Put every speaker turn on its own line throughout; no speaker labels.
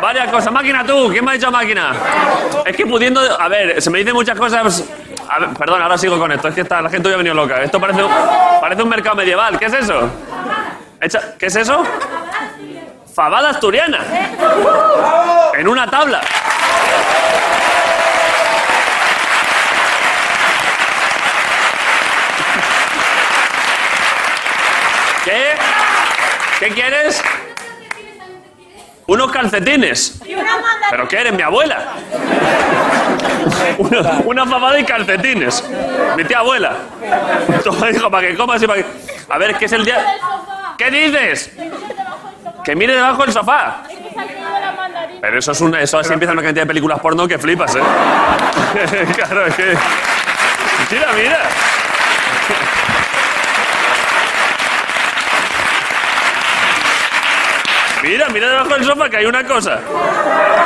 Varias cosas. Máquina tú, ¿quién me ha dicho máquina? Es que pudiendo... A ver, se me dicen muchas cosas... A ver, perdón, ahora sigo con esto. Es que está, la gente hoy ha venido loca. Esto parece un, parece un mercado medieval. ¿Qué es eso? Echa- ¿Qué es eso? Fabada asturiana. En una tabla. ¿Qué? ¿Qué quieres? Unos calcetines. ¿Pero qué eres, mi abuela? Una, una fabada y calcetines. Mi tía abuela. Toma, hijo, para que comas y para que... A ver, ¿qué es el día...? ¿Qué dices? Que mire debajo del sofá. Pero eso es una... Eso así empieza una cantidad de películas porno que flipas, ¿eh? claro, es que... Mira, mira. Mira, mira debajo del sofá que hay una cosa.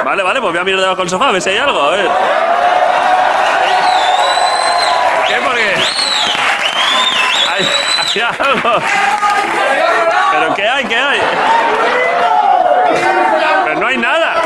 Vale, vale, pues voy a mirar debajo del sofá a ver si hay algo, a ver. ¿Qué? ¿Por qué? Hay, hay algo. ¿Pero qué hay? ¿Qué hay? Pero no hay nada.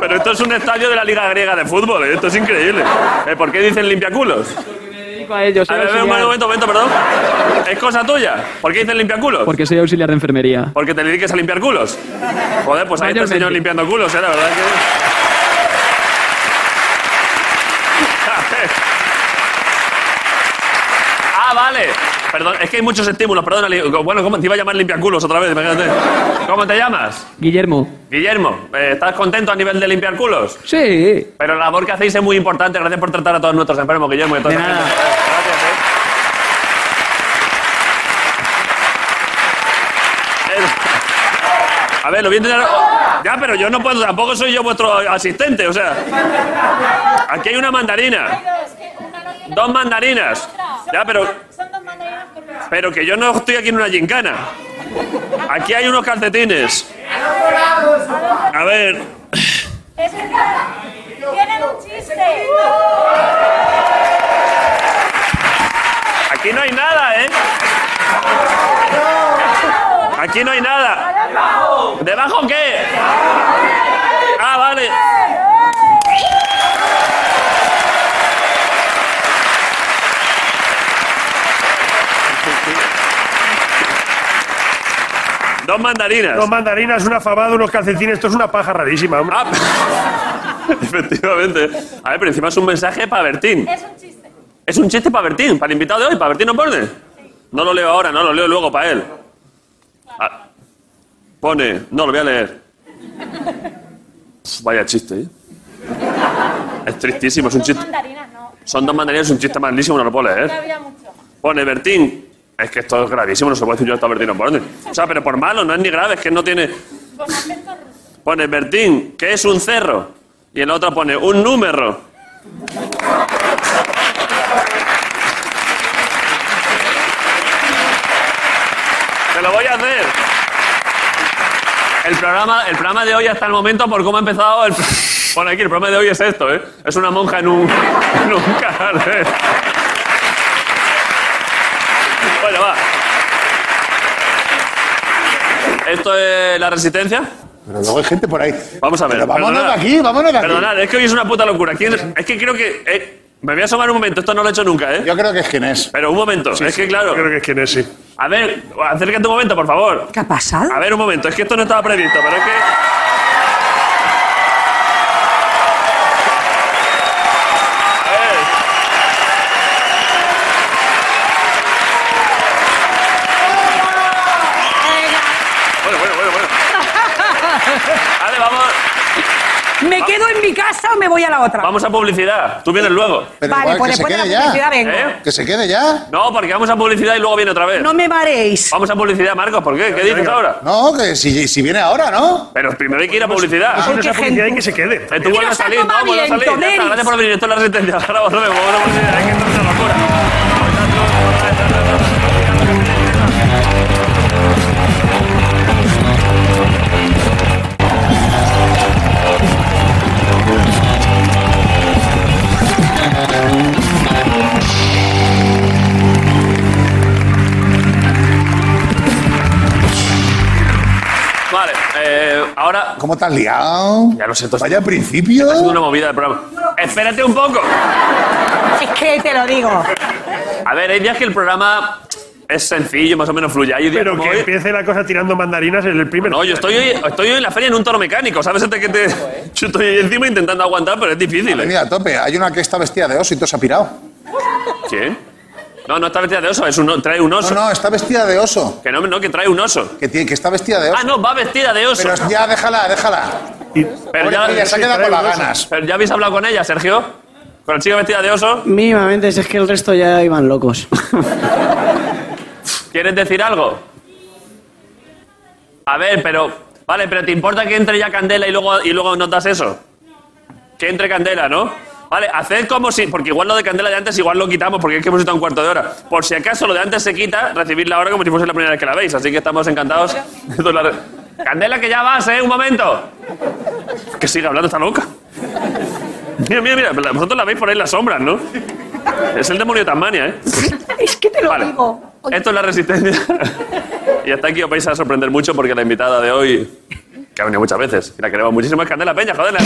Pero esto es un estadio de la Liga Griega de Fútbol, ¿eh? esto es increíble. ¿Eh? ¿Por qué dicen limpiaculos?
dedico a ellos.
A ver, a ver, un momento, un momento, perdón. ¿Es cosa tuya? ¿Por qué dicen limpiaculos?
Porque soy auxiliar de enfermería.
Porque te dediques a limpiar culos. Joder, pues ahí está el
Mayormente.
señor limpiando culos, ¿eh? La verdad que. ah, vale. Perdón, es que hay muchos estímulos, perdona. li- Bueno, ¿cómo te iba a llamar limpiaculos otra vez? Imagínate. ¿Cómo te llamas?
Guillermo.
Guillermo, eh, ¿estás contento a nivel de limpiar culos?
Sí.
Pero la labor que hacéis es muy importante. Gracias por tratar a todos nuestros enfermos, Guillermo. Y a toda
De
esa
nada.
gente. Gracias, eh. Eh, A ver, lo voy a intentar. Ya, pero yo no puedo, tampoco soy yo vuestro asistente, o sea. Aquí hay una mandarina, dos mandarinas. Ya, pero,
Son dos maneras con los
pero que yo no estoy aquí en una gincana. Aquí hay unos calcetines. A ver,
Es un Tienen un chiste.
Aquí no hay nada, ¿eh? Aquí no hay nada. ¿Debajo qué? Ah, vale. Dos mandarinas.
Dos mandarinas, una fabada, unos calcetines. Esto es una paja rarísima, hombre.
Ah, Efectivamente. A ver, pero encima es un mensaje para Bertín.
Es un chiste.
Es un chiste para Bertín, para el invitado de hoy, para Bertín Osborne. No lo leo ahora, no, lo leo luego para él. Ah, pone, no, lo voy a leer. Uf, vaya chiste, ¿eh? Es tristísimo, es un
Son
chiste.
mandarinas, no.
Son dos mandarinas, es un chiste malísimo, no lo puedo leer.
No había mucho.
Pone Bertín. Es que esto es gravísimo, no se puede decir yo esto a Bertín Osborne. O sea, pero por malo, no es ni grave, es que no tiene.
Con acento ruso.
Pone Bertín, que es un cerro. Y el otro pone un número. Te lo voy a hacer. El programa, el programa de hoy hasta el momento, por cómo ha empezado el... Bueno, aquí el programa de hoy es esto, ¿eh? Es una monja en un, en un cadáver. Bueno, va. ¿Esto es la resistencia?
Pero luego hay gente por ahí.
Vamos a ver.
Pero vámonos de
perdonad.
aquí, vámonos de aquí.
Perdonad, es que hoy es una puta locura. Aquí- es que creo que. eh, me voy a asomar un momento, esto no lo he hecho nunca, ¿eh?
Yo creo que es quien es.
Pero un momento, es que claro.
Creo que es quien es, sí.
A ver, acércate un momento, por favor.
¿Qué ha pasado?
A ver, un momento, es que esto no estaba previsto, pero es que. A ver. Bueno, bueno, bueno, bueno. Vale, vamos,
¿Me quedo en mi casa o me voy a la otra?
vamos a publicidad. Tú vienes luego.
Pero
vale,
igual
pues
que se
después de
quede
la publicidad
ya.
vengo.
¿Eh?
Que se quede ya.
No, porque vamos a publicidad y luego viene otra vez.
No me mareéis.
Vamos a publicidad, Marcos, ¿por qué? ¿Qué dices ahora?
No, que si, si viene ahora, ¿no?
Pero primero hay que ir a publicidad.
Esa
qué
publicidad hay
gentu-
que se quede.
Eh, tú vuelves a
Dios,
salir,
toma
no, vuelves a salir. Ya está,
viento,
gracias por venir, esto es la resistencia. Ahora volvemos, volvemos. Es que esto es una locura. eh, Ahora.
¿Cómo te has liado?
Ya lo siento, estoy-
Vaya principio.
Ha sido una movida del programa. Espérate un poco.
Es que te lo digo.
A ver, hay días que el programa es sencillo, más o menos fluye. Hay días
Pero
como
que
hoy-
empiece la cosa tirando mandarinas en el primer.
No, yo estoy hoy, estoy hoy en la feria en un toro mecánico, ¿sabes? Este que te... Yo estoy ahí encima intentando aguantar, pero es difícil. ¿eh?
Mira, a tope. Hay una que está vestida de oso y todo se ha pirado.
¿Qué? No, no está vestida de oso, es un, trae un
No,
oso.
no, está vestida de oso.
Que no, no, que trae un oso.
Que, tiene, que está vestida de oso.
Ah, no, va vestida de oso.
Pero
Pero,
ya, déjala, déjala.
Y-
Pobre
ya,
tía, se ha quedado con las ganas.
pero ya habéis hablado con ella, Sergio. Con el chico vestida de oso.
Mínimamente, si es que el resto ya iban locos.
¿Quieres decir algo? A ver, pero. Vale, pero ¿te importa que entre ya Candela y luego, y luego notas eso? Que entre Candela, ¿no? Vale, haced como si. Porque igual lo de Candela de antes igual lo quitamos, porque es que hemos estado un cuarto de hora. Por si acaso lo de antes se quita, recibidla ahora como si fuese la primera vez que la veis. Así que estamos encantados. de dolar- Candela, que ya vas, ¿eh? Un momento. Que sigue hablando, está loca. Mira, mira, mira. Vosotros la veis por ahí en las sombras, ¿no? Es el demonio de Tasmania, ¿eh?
Es que te lo
Vale.
digo. Oye,
Esto es la resistencia. y hasta aquí os vais a sorprender mucho porque la invitada de hoy, que ha venido muchas veces, y la queremos muchísimo, es Candela Peña, joder. la-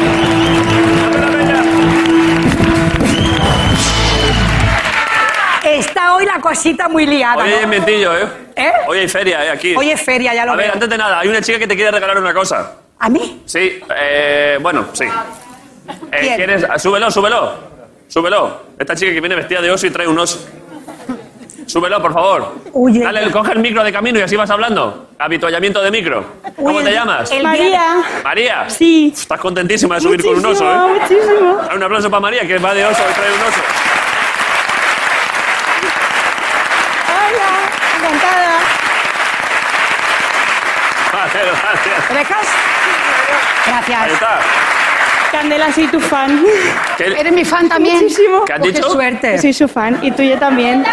Candela Peña.
Está hoy la cosita muy liada.
Hoy hay
¿no?
mentillo, ¿eh?
¿Eh?
Hoy hay feria, ¿eh? Aquí.
Hoy es feria, ya lo
A ver,
veo.
antes de nada, hay una chica que te quiere regalar una cosa.
¿A mí?
Sí, eh, bueno, sí. Eh,
¿Quién?
¿Quieres? ah, Súbelo, súbelo. Súbelo. Esta chica que viene vestida de oso y trae un oso. Súbelo, por favor.
Huye.
Dale, coge el micro de camino y así vas hablando. Habituallamiento de micro. ¿Cómo
Uy,
te
el- eh,
llamas?
el
María.
María.
Sí.
Estás contentísima de subir con un oso,
Muchísimo,
¿eh?
muchísimo.
Un aplauso para María, que va de oso y trae un oso.
Hola, encantada.
Vale, gracias.
¿Te dejas?
Ahí
Gracias.
está.
Candela, soy tu fan.
¿Qué,
Eres mi fan también.
Muchísimo.
¿Qué has
Pues Qué
dicho?
suerte.
Soy su fan y tuya también.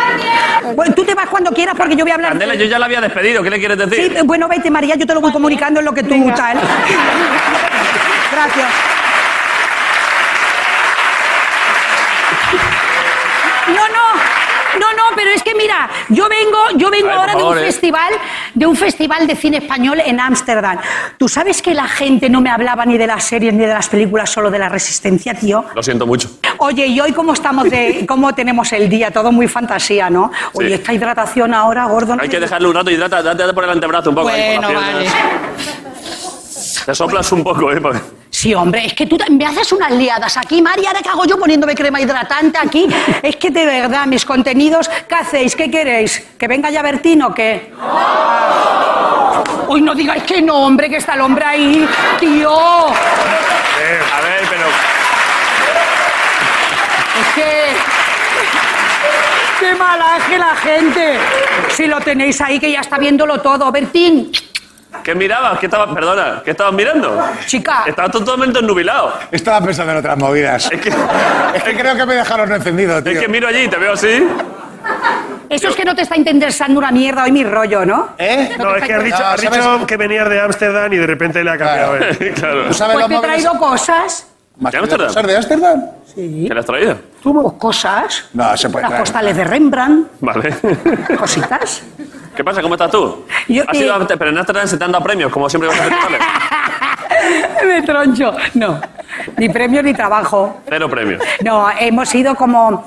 Bueno, tú te vas cuando quieras porque yo voy a hablar.
Candela, yo ya la había despedido. ¿Qué le quieres decir?
Sí, bueno, vete, María, yo te lo voy comunicando en lo que tú
Venga.
tal. Gracias. No, no, no, no, pero es que mira, yo vengo, yo vengo
Ay, por
ahora
favor,
de
eh.
un festival, de un festival de cine español en Ámsterdam. Tú sabes que la gente no me hablaba ni de las series ni de las películas, solo de la resistencia, tío.
Lo siento mucho.
Oye, ¿y hoy cómo estamos de cómo tenemos el día? Todo muy fantasía, ¿no? Oye,
Sí.
esta hidratación ahora, gordo. no
Hay
me
que dejarle un rato y trata, date por el antebrazo un poco. ahí, por las
Bueno,
piernas. Te soplas un poco, ¿eh? Porque-
Sí, hombre, es que tú me haces unas liadas aquí, Mari, ahora que hago yo poniéndome crema hidratante aquí. Es que de verdad, mis contenidos, ¿qué hacéis? ¿Qué queréis? ¿Que venga ya Bertín o qué? Hoy no digáis que no, hombre, que está el hombre ahí, tío.
A ver, pero.
Es que... ¡Qué malaje la gente! Si lo tenéis ahí, que ya está viéndolo todo. Bertín,
¿Qué mirabas? ¿Qué estabas, perdona, ¿qué estabas mirando?
chica,
Estabas totalmente ennubilado.
Estaba pensando en otras movidas.
Es que,
Es que creo que me dejaron encendido, tío.
es que miro allí y te veo así.
eso es que no te está interesando una mierda hoy mi rollo, ¿no?
¿Eh?
No, es que has dicho,
No,
has
¿sabes?
dicho que venías de Ámsterdam y de repente le ha cambiado.
Claro.
¿eh?
claro.
¿Tú sabes
Pues
los
te he
móviles?
traído cosas.
¿De
¿Más que
Ámsterdam?
cosas de Ámsterdam?
¿Qué le has traído?
Pues cosas.
No, se puede
Las
traer.
postales de Rembrandt,
Vale.
cositas.
¿Qué pasa? ¿Cómo estás tú?
Yo-
¿Has ido
eh,
a- pero en Amsterdam se te han dado premios, como siempre vas a festivales.
Me troncho. No, ni premio ni trabajo.
Cero premios.
No, hemos ido como...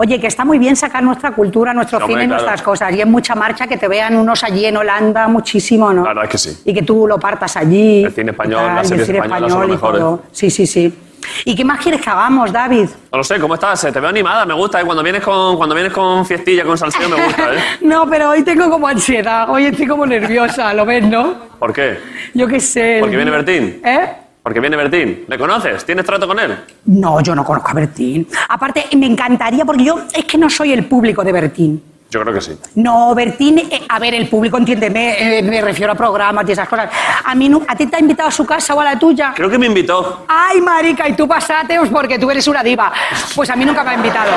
Oye, que está muy bien sacar nuestra cultura, nuestro
No,
cine,
hombre, claro.
nuestras cosas. Y es mucha marcha que te vean unos allí en Holanda muchísimo, ¿no?
La verdad es que sí.
Y que tú lo partas allí.
El cine español,
y tal,
las
y el
series
cine
españolas son
español y
las mejores.
todo. Sí, sí, sí. ¿Y qué más quieres que hagamos, David?
No lo sé, ¿cómo estás? Eh, Te veo animada, me gusta. ¿eh? Cuando, vienes con, cuando vienes con fiestilla, con salseo, me gusta, ¿eh?
No, pero hoy tengo como ansiedad, hoy estoy como nerviosa, ¿lo ves, no?
¿Por qué?
Yo qué sé.
Porque viene Bertín.
¿Eh?
Porque viene Bertín. ¿Le conoces? ¿Tienes trato con él?
No, yo no conozco a Bertín. Aparte, me encantaría, porque yo es que no soy el público de Bertín.
Yo creo que sí.
No, Bertín, eh, a ver, el público, entiéndeme, eh, me refiero a programas y esas cosas. A mí, nu- ¿a ti te ha invitado a su casa o a la tuya?
Creo que me invitó.
Ay, marica, y tú pasateos porque tú eres una diva. Pues a mí nunca me ha invitado.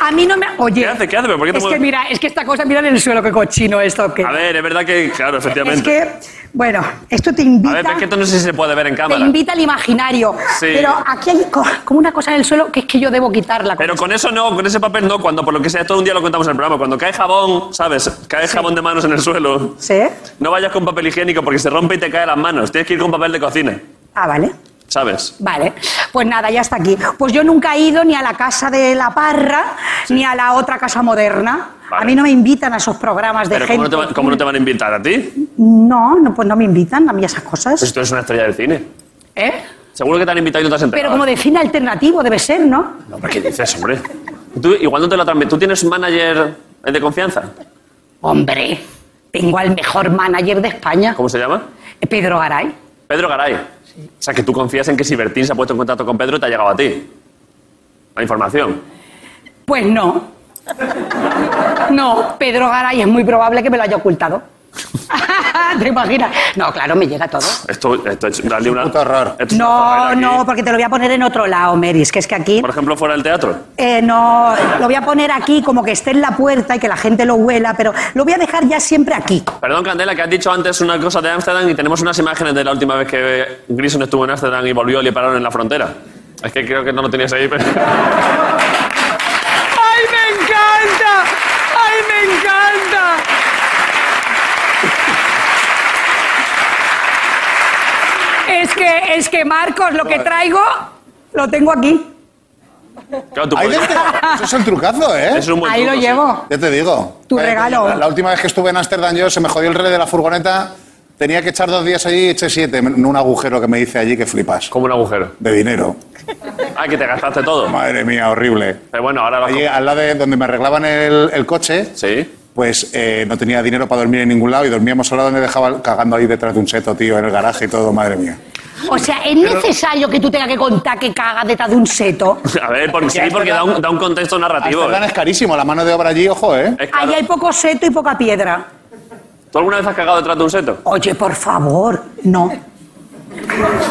A mí mí no me. Oye.
¿Qué hace? ¿Qué hace? ¿Pero por qué te
es que
mueves?
mira, es que esta cosa, mira en el suelo, qué cochino esto. Que,
A ver, es verdad que, claro,
es
efectivamente.
que, bueno, esto te
A
invita.
ver, pero es que esto no sé si se puede ver en
te
cámara.
invita al imaginario.
Sí.
Pero aquí hay co- como una cosa en el suelo que es que yo debo quitarla.
Pero con eso no, con ese papel no, cuando por lo que sea, todo un día lo contamos en el programa. Cuando cae jabón, ¿sabes? Cae jabón de manos en el suelo.
¿Sí?
No vayas con papel higiénico porque se rompe y te caen las manos. Tienes que ir con papel de cocina,
Ah, vale.
¿sabes?
Vale, pues nada, ya está aquí. Pues yo nunca he ido ni a la casa de la parra ni a la otra casa moderna.
Vale.
A mí no me invitan a esos programas de
Pero ¿cómo no,
gente.
te va- cómo no te van a invitar a ti?
no, no, pues no me invitan a mí a esas cosas.
Pues tú eres una estrella del cine.
¿Eh?
Seguro que te han invitado y no te has enterado.
Pero como de cine alternativo debe ser, ¿no?
No, hombre, ¿qué dices, hombre? Tú, igual no te lo transmites. ¿Tú tienes un manager eh, de confianza?
Hombre, tengo al mejor manager de España,
¿Cómo se llama?
Pedro Garay.
Pedro Garay. O sea, que tú confías en que si Bertín se ha puesto en contacto con Pedro, te ha llegado a ti. La información.
Pues no. No, Pedro Garay es muy probable que me lo haya ocultado. ¿Te imaginas? No, claro, me llega todo.
Esto, esto es darle una...
puto horror.
esto es una
No,
carrera aquí.
no, porque te lo voy a poner en otro lado, Meris, que es que aquí
Por ejemplo, fuera del teatro.
eh, no lo voy a poner aquí como que esté en la puerta y que la gente lo huela, pero lo voy a dejar ya siempre aquí.
Perdón, Candela, que has dicho antes una cosa de Ámsterdam y tenemos unas imágenes de la última vez que Grison estuvo en Ámsterdam y volvió y le pararon en la frontera. Es que creo que no lo tenías ahí, pero...
¡Ay, me encanta! ¡Ay, me encanta!
Es que es que Marcos, lo que traigo lo tengo aquí.
Claro, tú
Ahí
puedes-
dentro. Eso es un trucazo, ¿eh?
Es un buen
Ahí lo
truco, sí.
llevo.
Ya te digo.
Tu
Vaya
regalo.
coña. La última vez que estuve en Ámsterdam yo se me jodió el relé de la furgoneta. Tenía que echar dos días allí y eché siete. En un agujero que me hice allí que flipas.
Como un agujero.
De dinero.
Ah, que te gastaste todo.
Madre mía, horrible.
Pero bueno, ahora... vas
Allí al lado de donde me arreglaban el, el coche,
con- Sí.
pues eh, no tenía dinero para dormir en ningún lado y dormíamos al lado donde dejaba cagando ahí detrás de un seto, tío, en el garaje y todo, madre mía.
O sea, ¿es necesario que tú tengas que contar que cagas detrás de un seto?
A ver, porque, sí, porque da un, da un contexto narrativo.
Ámsterdam
¿eh?
es carísimo, la mano de obra allí, ojo, ¿eh?
Es caro.
Ahí hay poco seto y poca piedra.
¿Tú alguna vez has cagado detrás de un seto?
Oye, por favor, no.
Uf,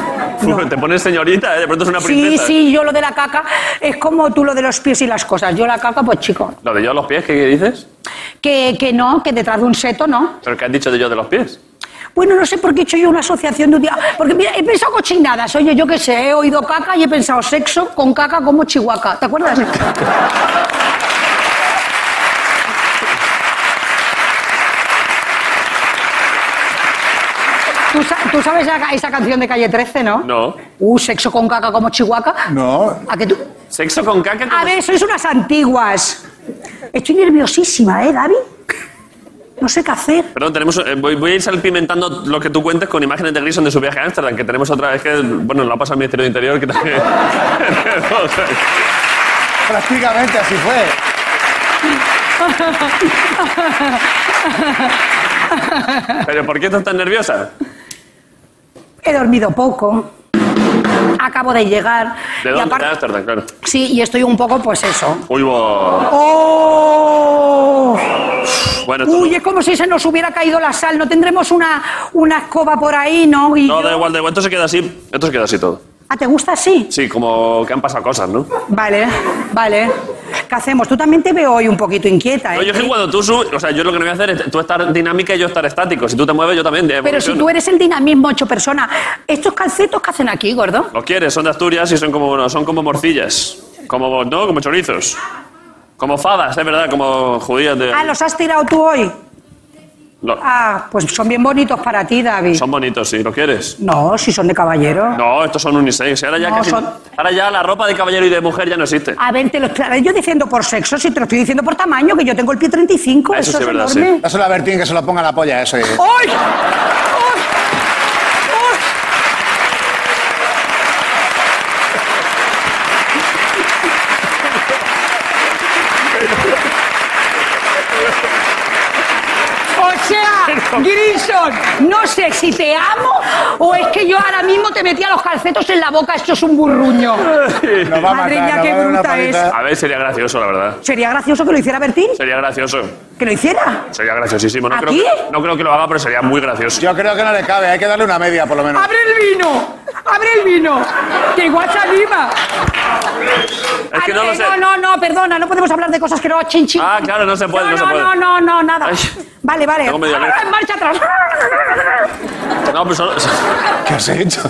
Te pones señorita, ¿eh? de pronto es una
Sí,
princesa.
sí, yo lo de la caca es como tú lo de los pies y las cosas. Yo la caca, pues chico,
¿Lo de yo a los pies? ¿Qué qué dices?
que, que no, que detrás de un seto no.
¿Pero qué has dicho de yo de los pies?
Bueno, no sé por qué he hecho yo una asociación de un día. Porque mira, he pensado cochinadas. Oye, yo qué sé, he oído caca y he pensado sexo con caca como chihuahua. ¿Te acuerdas? ¿Tú, sa- tú sabes esa, esa canción de Calle 13, no?
No.
Uh, sexo con caca como chihuahua.
No.
¿A que tú?
¿Sexo con caca?
A
como-
ver, sois unas antiguas. Estoy nerviosísima, ¿eh, David? No sé qué hacer.
Perdón, tenemos, eh, voy, voy a ir salpimentando lo que tú cuentes con imágenes de Grison de su viaje a Ámsterdam, que tenemos otra vez que, bueno, lo ha pasado al Ministerio de Interior, que también...
Prácticamente así fue.
¿Pero por qué estás tan nerviosa?
He dormido poco. Acabo de llegar.
¿De
Y
dónde?
aparte-
De Ámsterdam, claro.
sí, y estoy un poco, pues eso.
Uy, bo...
¡Oh!
Bueno, esto
Uy, es como si se nos hubiera caído la sal. No tendremos una, una escoba por ahí, ¿no? Y
no,
yo-
da igual, da igual. Esto se queda así. Esto se queda así todo.
Ah, ¿te gusta así?
Sí, como que han pasado cosas, ¿no?
Vale, vale. ¿Qué hacemos? Tú también te veo hoy un poquito inquieta, ¿eh?
No, yo es que cuando tú subes, o sea, yo lo que no voy a hacer es tú estar dinámica y yo estar estático. Si tú te mueves, yo también. eh,
Pero si
evoluciono.
tú eres el dinamismo ocho personas, estos calcetos que hacen aquí, gordo.
Los quieres, son de Asturias y son como, bueno, son como morcillas. Como, ¿no? Como chorizos. Como fadas, es verdad, como judías de...
Ah, los has tirado tú hoy.
Lo-
Ah, pues son bien bonitos para ti, David.
Son bonitos, sí, ¿los quieres?
No, si son de caballero.
No, estos son unisex. Ahora ya,
No,
casi-
son-
ahora ya la ropa de caballero y de mujer ya no existe.
A ver, te lo estaré yo diciendo por sexo, si te lo estoy diciendo por tamaño, que yo tengo el pie 35,
Ah, eso
eso,
sí,
es
verdad,
enorme.
Dáselo a Bertín que se lo ponga en la polla eso. eh.
¡Ay! ¡Ay! ¡Ay! O sea, Grison, no sé si te amo o es que yo ahora mismo te metía los calcetos en la boca. Esto es un burruño.
Nos va a
Madre
matar,
mía,
nos
qué
va a dar una
bruta es.
paliza.
A ver, sería gracioso, la verdad.
Sería gracioso que lo hiciera Bertín,
Sería gracioso.
que lo hiciera.
Sería graciosísimo. No, creo
¿Aquí?
que, no creo que lo haga, pero sería muy gracioso.
Yo creo que no le cabe, hay que darle una media por lo menos.
¡Abre el vino! ¡Abre el vino! ¡Que igual se anima!
Es que
Ah,
no lo
eh,
sé.
No, no, no, perdona, no podemos hablar de cosas que no, chin, chin.
Ah, claro, no se puede, no se puede.
No, no, no, nada.
Ay.
Vale, vale.
Tengo medio alerta.
En marcha atrás.
No, pues solo-
¿Qué has hecho?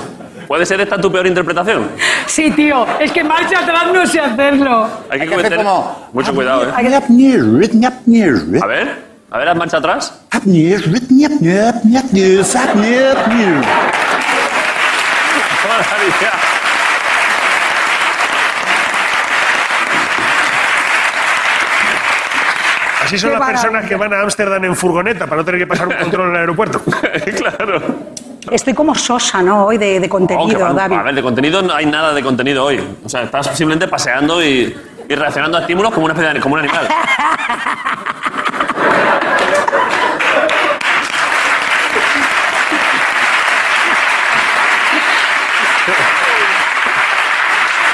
¿Puede ser esta tu peor interpretación?
Sí, tío, es que marcha atrás no sé hacerlo.
Hay que,
que hacer
tener
como-
Mucho cuidado, ¿eh? A ver, a ver, haz marcha atrás. Maravilla.
Así son
Qué
las
maravilla.
personas que van a Ámsterdam en furgoneta para no tener que pasar un control en el aeropuerto.
claro.
Estoy como sosa, ¿no? Hoy de, de
Oh, qué
contenido,
mal.
David.
a ver, de contenido no hay nada de contenido hoy. O sea, estás simplemente paseando y, y reaccionando a estímulos como, una especie de- como un animal.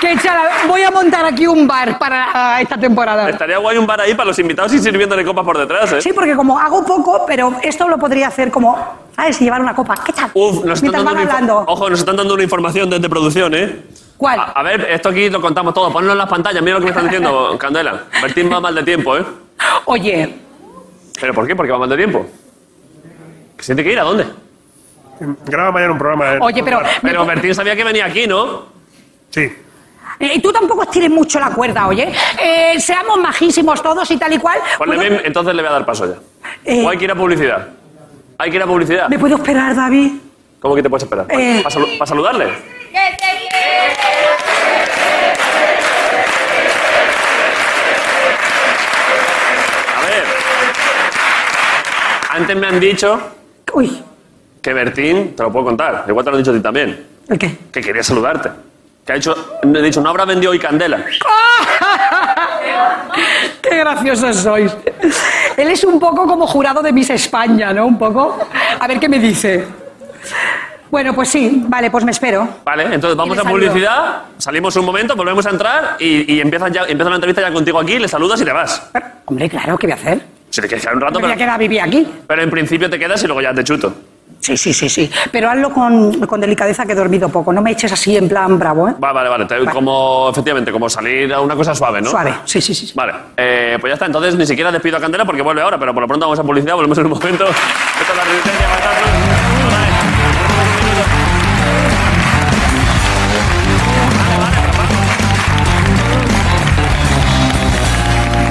Que chala, voy a montar aquí un bar para ah, esta temporada.
Estaría guay un bar ahí para los invitados y sirviéndole copas por detrás, ¿eh?
Sí, porque como hago poco, pero esto lo podría hacer como, ¿sabes? Llevar una copa. ¿Qué tal?
Uf, nos están, dando
Mientras van
una info-
hablando.
Ojo, nos están dando una información desde producción, ¿eh?
¿Cuál?
A, a ver, esto aquí lo contamos todo. Ponlo en las pantallas. Mira lo que me están diciendo, Candela. Bertín va mal de tiempo, ¿eh?
Oye,
¿Pero por qué? ¿Por qué va mal de tiempo? ¿Que se tiene que ir a dónde?
Graba mañana un programa. eh.
oye, pero... me-
Pero Bertín sabía que venía aquí, ¿no?
Sí.
eh, tú tampoco estires mucho la cuerda, oye. Eh, seamos majísimos todos y tal y cual.
Pues le
¿Puedo-
voy- entonces le voy a dar paso ya.
Eh.
O hay que ir a publicidad. Hay que ir a publicidad.
¿Me puedo esperar, David?
¿Cómo que te puedes esperar? ¿Para
Eh.
saludarle?
Que te quiero.
A ver. Antes me han dicho
Uy,
que Bertín, te lo puedo contar, igual te lo han dicho a ti también,
¿el qué?
que quería saludarte. Que ha dicho, he dicho, no habrá vendido hoy candela.
Qué graciosos sois. Él es un poco como jurado de Miss España, ¿no? Un poco. A ver qué me dice. Bueno, pues sí, vale, pues me espero.
Vale, entonces vamos
le
a
saludo.
publicidad, salimos un momento, volvemos a entrar y, y empiezas ya, empieza la entrevista ya contigo aquí, le saludas y te vas.
Hombre, claro, ¿qué voy a hacer?
Si te quieres quedar un rato,
No me voy a
pero,
quedar a vivir aquí.
pero en principio te quedas y luego ya te chuto.
Sí, sí, sí, sí. Pero hazlo con, con delicadeza que he dormido poco. No me eches así en plan bravo, ¿eh?
Vale, vale, vale, te-
Vale.
como efectivamente, como salir a una cosa suave, ¿no?
Suave. Sí, sí, sí. sí.
Vale, eh, pues ya está. Entonces ni siquiera despido a Candela porque vuelve ahora, pero por lo pronto vamos a publicidad, volvemos en un momento. Esta es la resistencia, batazos. Hola,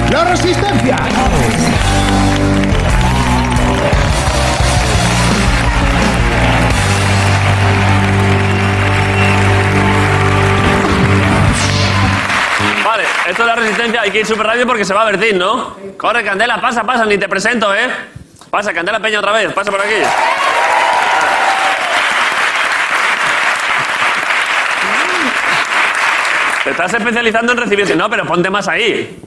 ¡La resistencia!
eh. Vale, esto es la resistencia, hay que ir súper rápido porque se va a Bertín, ¿no? Corre, Candela, pasa, pasa, ni te presento, ¿eh? Pasa, Candela Peña otra vez, pasa por aquí. Te estás especializando en recibirte. No, pero ponte más ahí.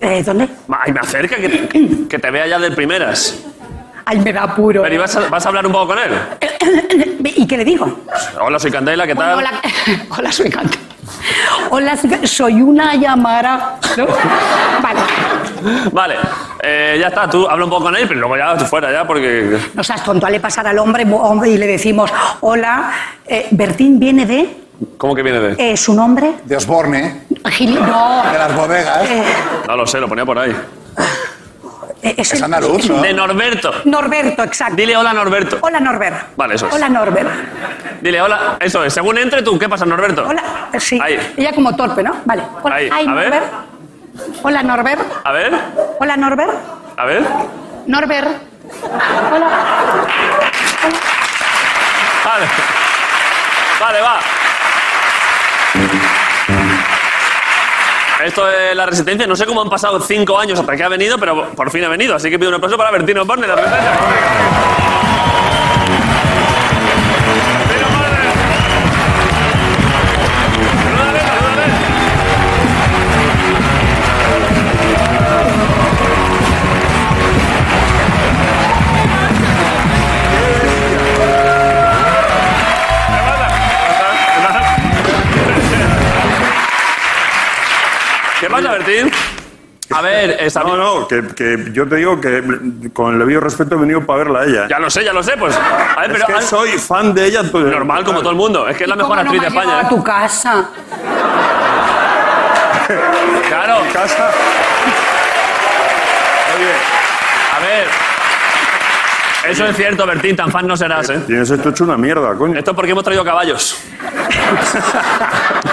Eh, ¿Dónde?
Ma- Ay, me acerca, que, que te vea ya de primeras.
Ay, me da apuro.
Pero ¿y vas a- vas a hablar un poco con él?
¿Y qué le digo?
Hola, soy Candela, ¿qué tal?
Bueno, hola, hola, soy Cante. Hola, soy- soy una llamara. ¿no? Vale.
Vale, eh, ya está, tú habla un poco con él, pero luego ya tú fuera, ya, porque.
No seas tonto, le pasar al hombre, mu- hombre y le decimos, hola, eh, Bertín viene de,
¿Cómo que viene de.?
eh, su nombre,
De Osborne, ¿eh?
Gil- no,
de las bodegas.
eh,
No lo sé, lo ponía por ahí.
eh, es,
Es
el-
andaluz, ¿no?
De Norberto.
Norberto, exacto.
Dile hola, Norberto.
Hola, Norbert.
Vale, eso es.
Hola, Norbert.
Dile hola, eso es. Según entre tú, ¿qué pasa, Norberto?
Hola, eh, sí.
Ahí.
Ella como torpe, ¿no? Vale. Hola,
Ahí,
ay,
a ver.
Norbert. Hola, Norbert.
A ver,
Hola, Norbert.
a ver.
Norbert. Hola.
Vale. Vale, va. Esto es la resistencia. No sé cómo han pasado cinco años hasta que ha venido, pero por fin ha venido. Así que pido un aplauso para Bertino Borne, de la resistencia. Bertino Borne. Salúdale, salúdale. ¿Qué pasa? ¿Qué pasa? ¿Qué pasa, Bertín? A ver, eh, Sabi-
No, no, que, que yo te digo que con el debido respeto he venido para verla a ella.
Ya lo sé, ya lo sé, pues. A ver,
es
pero.
que
al-
soy fan de ella. pues,
Normal, como todo el mundo. Es que es la
¿Y cómo
mejor
no
actriz
me
de
has llevado
España.
a tu casa.
Claro,
En casa. Oye,
a ver. Eso es cierto, Bertín, tan fan no serás, ¿eh?
tienes esto hecho una mierda, coño.
Esto porque hemos traído caballos.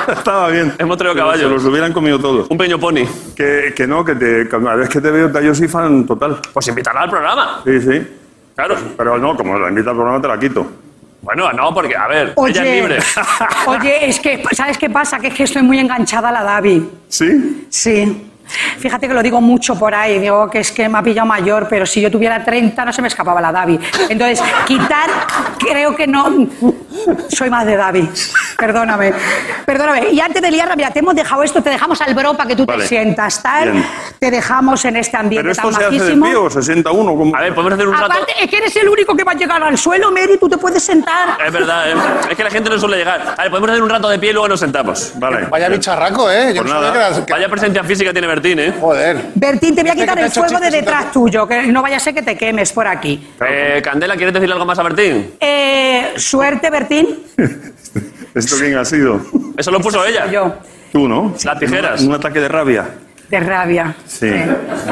Estaba bien.
Hemos traído
Pero
caballos.
Se los hubieran comido todos.
Un pequeño pony.
Que, que no, que te, cada vez que te veo, yo soy fan total.
Pues invitarla al programa.
Sí, sí.
Claro.
Pero no, como la invita al programa, te la quito.
Bueno, no, porque, a ver, ella es libre.
oye, es que, ¿sabes qué pasa? Que es que estoy muy enganchada a la Davi.
¿Sí?
Sí. Fíjate que lo digo mucho por ahí, digo que es que me ha pillado mayor, pero si yo tuviera 30 no se me escapaba la Davi. Entonces, quitar, creo que no. Soy más de Davi. Perdóname. Perdóname. Y antes de liarla, mira, te hemos dejado esto, te dejamos al bro para que tú
Vale.
te sientas, tal.
Bien.
Te dejamos en este ambiente
Pero esto
tan
se hace de
majísimo.
pie o 61. ¿cómo?
A ver, podemos hacer un rato.
Aparte, es que eres el único que va a llegar al suelo, Mary, tú te puedes sentar.
Es verdad, ¿eh? es que la gente no suele llegar. A ver, podemos hacer un rato de pie y luego nos sentamos.
Vale.
Vaya bicharraco, ¿eh? Yo
Pues
no sabía
nada.
que eras- que-
Vaya presencia física tiene Bertín, ¿eh?
Joder.
Bertín, te voy a
Dice Este que
quitar
te ha
el
hecho
fuego de
chistes y
detrás
tal.
tuyo, que no vaya a ser que te quemes por aquí.
Eh, Candela, ¿quieres decir algo más a Bertín?
Eh, suerte, Bertín.
¿Esto quién ha sido?
Eso lo puso ella.
Yo,
Tú, ¿no?
Las tijeras.
Un, un ataque de rabia.
de rabia. Eh,
Sí.
Es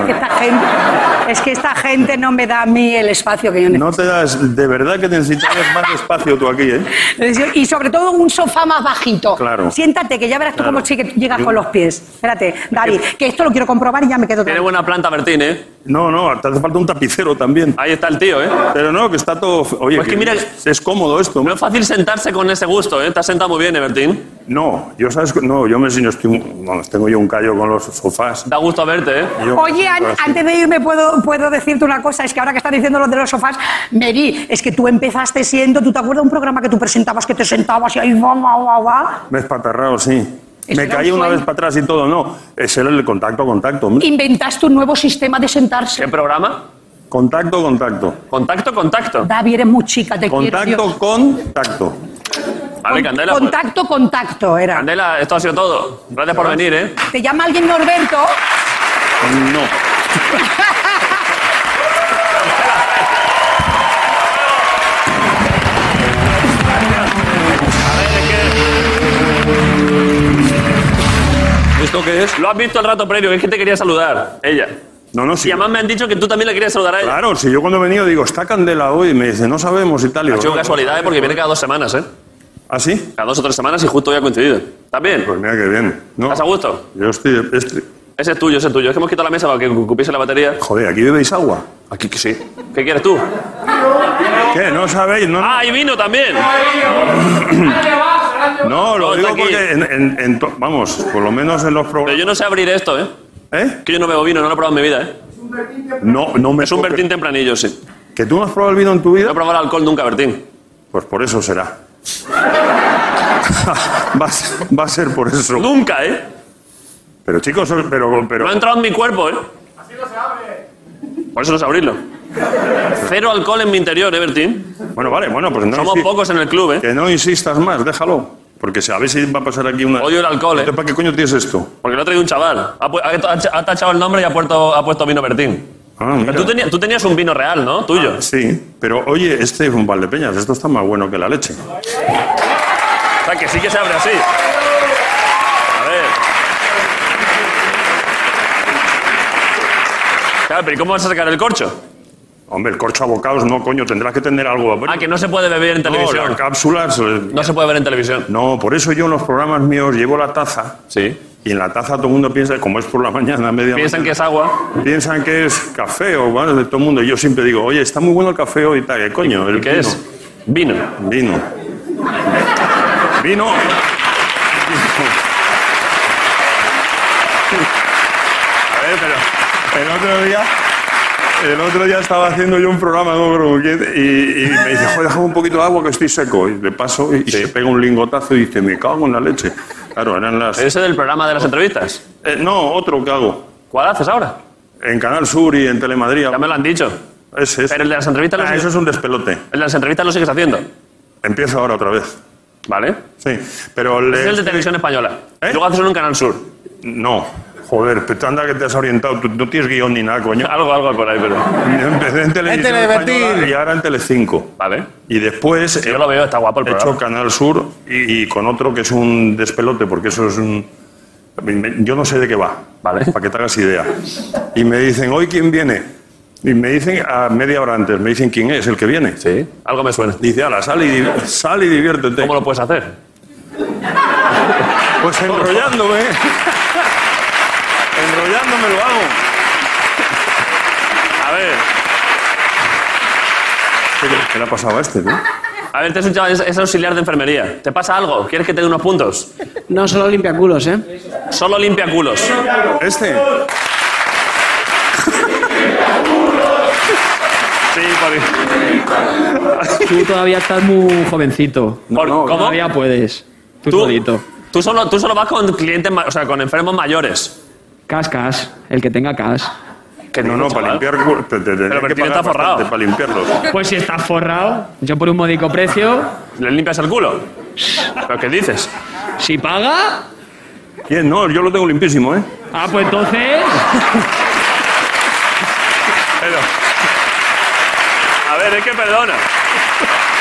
que, esta gente, es que esta gente no me da a mí el espacio que yo necesito.
No te das. De verdad que necesitabas más espacio tú aquí, ¿eh?
Entonces, Y sobre todo un sofá más bajito.
Claro.
Siéntate, que ya verás tú
Claro.
cómo sí que llegas con los pies. Espérate, David, que esto lo quiero comprobar y ya me quedo
Tiene
tranquila.
buena planta Bertín, ¿eh?
No, no, te hace falta un tapicero también.
Ahí está el tío, ¿eh?
Pero no, que está todo. Oye,
Pues que mira-
es, es cómodo esto.
No es fácil sentarse con ese gusto, ¿eh? Te has sentado muy bien, ¿eh, Bertín?
No, yo sabes. que- No, yo me enseño. Estoy, vamos, tengo yo un callo con los sofás.
Da gusto verte, ¿eh?
Yo-
Oye, an- antes de irme puedo, puedo decirte una cosa, es que ahora que están diciendo los de los sofás, Mary, es que tú empezaste siendo, ¿tú te acuerdas de un programa que tú presentabas que te sentabas y ahí va, va, va, va?
Me he espatarrado, sí.
Eso
Me
era
caí
un
una
sueño.
vez para atrás y todo, no. Es el contacto, contacto. hombre.
Inventaste un nuevo sistema de
¿Qué
sentarse.
programa?
Contacto, contacto.
Contacto, contacto.
David, eres muy chica, te quiero. Dios.
Contacto, contacto.
A ver,
Con-
Candela. pues-
contacto, contacto era.
Candela, esto ha sido todo. Gracias por venir, ¿eh?
Te llama alguien Norberto.
No.
¿Esto qué es? Lo has visto el rato previo, que es que te quería saludar. Ella.
No, no,
Y
sí.
además me han dicho que tú también le querías saludar a ella.
Claro, si yo cuando he venido digo, está Candela hoy, y me dice, no sabemos y tal. y
Ha
digo,
sido
"No,
casualidad, ¿eh? Porque viene cada dos semanas, ¿eh?
¿Ah, sí?
Cada dos o tres semanas y justo hoy ha coincidido. ¿Estás bien?
Pues mira qué bien. No,
¿Estás a gusto?
Yo estoy, estoy-
Ese es tuyo, ese es tuyo. Es que hemos quitado la mesa para que ocupiese la batería.
Joder, ¿aquí bebéis agua?
Aquí que sí. ¿Qué quieres tú?
¿Qué? ¿No sabéis? No,
¡Ah, y vino también!
no lo
todo
digo
está aquí.
porque, en, en- en to- vamos, por lo menos en los
Pero
programas...
yo no sé abrir esto, ¿eh?
¿Eh?
Que yo no bebo vino, no lo he probado en mi vida, ¿eh?
No, no me...
Es un
toques.
Bertín tempranillo, sí.
¿Que tú no has probado el vino en tu vida?
No he probado el alcohol nunca, Bertín.
Pues por eso será. va, a ser, va a ser por eso.
Nunca, ¿eh?
Pero chicos, eh, pero, pero
No ha entrado en mi cuerpo, ¿eh? Así no se abre. Por eso no sé abrirlo. Cero alcohol en mi interior, ¿eh, Bertín?
bueno, vale, bueno, pues no
Somos
insi-
pocos en el club, ¿eh?
que no insistas más, déjalo, porque sabes si va a pasar aquí una.
Odio el alcohol, ¿eh?
Entonces, ¿Para qué coño tienes esto?
Porque lo ha traído un chaval. Ha, pu- ha- ha tachado el nombre y ha puesto, ha puesto vino Bertín.
Ah, mira.
Pero tú, tenías, tú tenías un vino real, ¿no? Tuyo.
Sí, pero oye, este es un Valdepeñas, esto está más bueno que la leche.
O sea, que sí que se abre así. A ver. Claro, pero ¿y cómo vas a sacar el corcho?
Hombre, el corcho a bocados, no, coño, tendrás que tener algo.
Ah, que no se puede beber en
no,
televisión.
las cápsulas. eh,
No se puede ver en televisión.
No, por eso yo en los programas míos llevo la taza
Sí.
y en la taza todo el mundo piensa, como es por la mañana, a media
Piensan
mañana,
que es agua.
piensan que es café o bueno, de todo el mundo. Yo siempre digo, oye, está muy bueno el café hoy y tal. ¿Qué coño?
¿Y
el
qué
vino.
es? Vino.
Vino. Vino. A ver, pero el otro día. El otro día estaba haciendo yo un programa no me acuerdo con quién, y, y me dice, joder, déjame un poquito de agua que estoy seco. Y le paso y se pega un lingotazo y dice, me cago en la leche. Claro, eran las...
¿Ese del programa de las entrevistas?
Eh, no, otro que hago.
¿Cuál haces ahora?
En Canal Sur y en Telemadrid.
Ya me lo han dicho.
Ese, ese.
Pero el de las entrevistas lo
Ah,
sigues-
eso es un despelote.
El de las entrevistas lo sigues haciendo.
Empieza ahora otra vez.
¿Vale?
Sí, pero le...
Ese es el de televisión española.
¿Eh?
Luego haces uno en Canal Sur.
No, joder, pero anda que te has orientado, tú no tienes guión ni nada, coño.
Algo, algo por ahí, pero.
Yo empecé en Televisión
Telebertín.
Española y ahora en Telecinco.
Vale.
Y después
Yo lo veo, está guapo el
he hecho
programa.
Canal Sur y, y con otro que es un despelote, porque eso es un... Me- me- Yo no sé de qué va,
Vale.
Para que te hagas idea. Y me dicen, ¿hoy quién viene? Y me dicen a media hora antes, me dicen quién es el que viene.
Sí. Algo me suena.
Dice, ala, sal y, di- sal y diviértete.
¿Cómo lo puedes hacer?
Pues enrollándome. enrollándome lo hago.
A ver,
¿Qué, qué le ha pasado a este, no?
a ver, te es un chaval, es, es auxiliar de enfermería. ¿Te pasa algo? ¿Quieres que te dé unos puntos?
No solo limpia culos, ¿eh?
Solo limpia culos.
Este.
Sí, por,
Tú todavía estás muy jovencito.
por- ¿Cómo?
Todavía puedes. Tú,
Tú,
solito.
tú solo, tú solo vas con clientes, ma- o sea, con enfermos mayores.
Cas, cas. El que tenga cas.
Que pues
No, no, para limpiar. cu- Te,
Pero
te, tendría que
Bertino
pagar
está forrado.
bastante para limpiarlos.
Pues si estás forrado, yo por un módico precio,
¿Le limpias el culo? ¿Pero qué dices?
si paga,
Bien, no, yo lo tengo limpísimo, ¿eh?
ah, pues entonces...
Pero- A ver, es que perdona.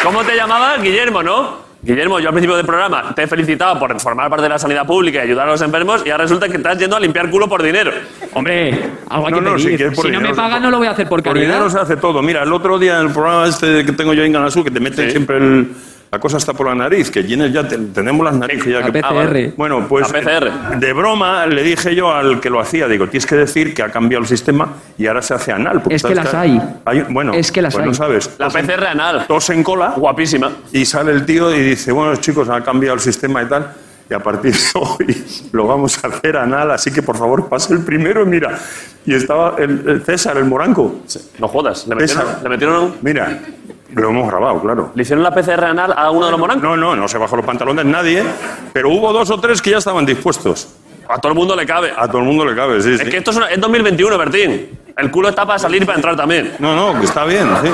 ¿Cómo te llamabas? Guillermo, ¿no? Guillermo, yo al principio del programa te he felicitado por formar parte de la sanidad pública y ayudar a los enfermos y ahora resulta que estás yendo a limpiar culo por dinero.
Hombre, algo hay
No,
que
no, si
pedir.
quieres por
no me
dinero,
paga,
por-
no lo voy a hacer por
Por
caridad.
dinero se hace todo. Mira, el otro día en el programa este que tengo yo en Canal Sur, que te meten
Sí.
siempre el- la cosa hasta por la nariz, que llenes ya te- tenemos las narices ya
la
que...
PCR.
vale. Bueno, pues
La PCR.
de broma le dije yo al que lo hacía, digo, tienes que decir que ha cambiado el sistema y ahora se hace anal. porque
Es que
sabes
las hay.
Bueno,
Es que las
pues no
hay.
sabes.
La PCR anal.
Tos en cola
Guapísima.
y sale el tío y dice, bueno, chicos, ha cambiado el sistema y tal, y a partir de hoy lo vamos a hacer anal, así que por favor pase el primero, mira. Y estaba el, el César, el moranco.
No jodas. Le metieron,
Esa.
le metieron un-
Mira, lo hemos grabado, claro.
¿Le hicieron la PCR anal a uno de los morancos?
No, no, no se bajó los pantalones nadie, pero hubo dos o tres que ya estaban dispuestos.
A todo el mundo le cabe.
A todo el mundo le cabe, sí,
Es
sí.
que esto es, una- es 2021, Bertín. El culo está para salir y para entrar también.
No, no, que está bien, sí.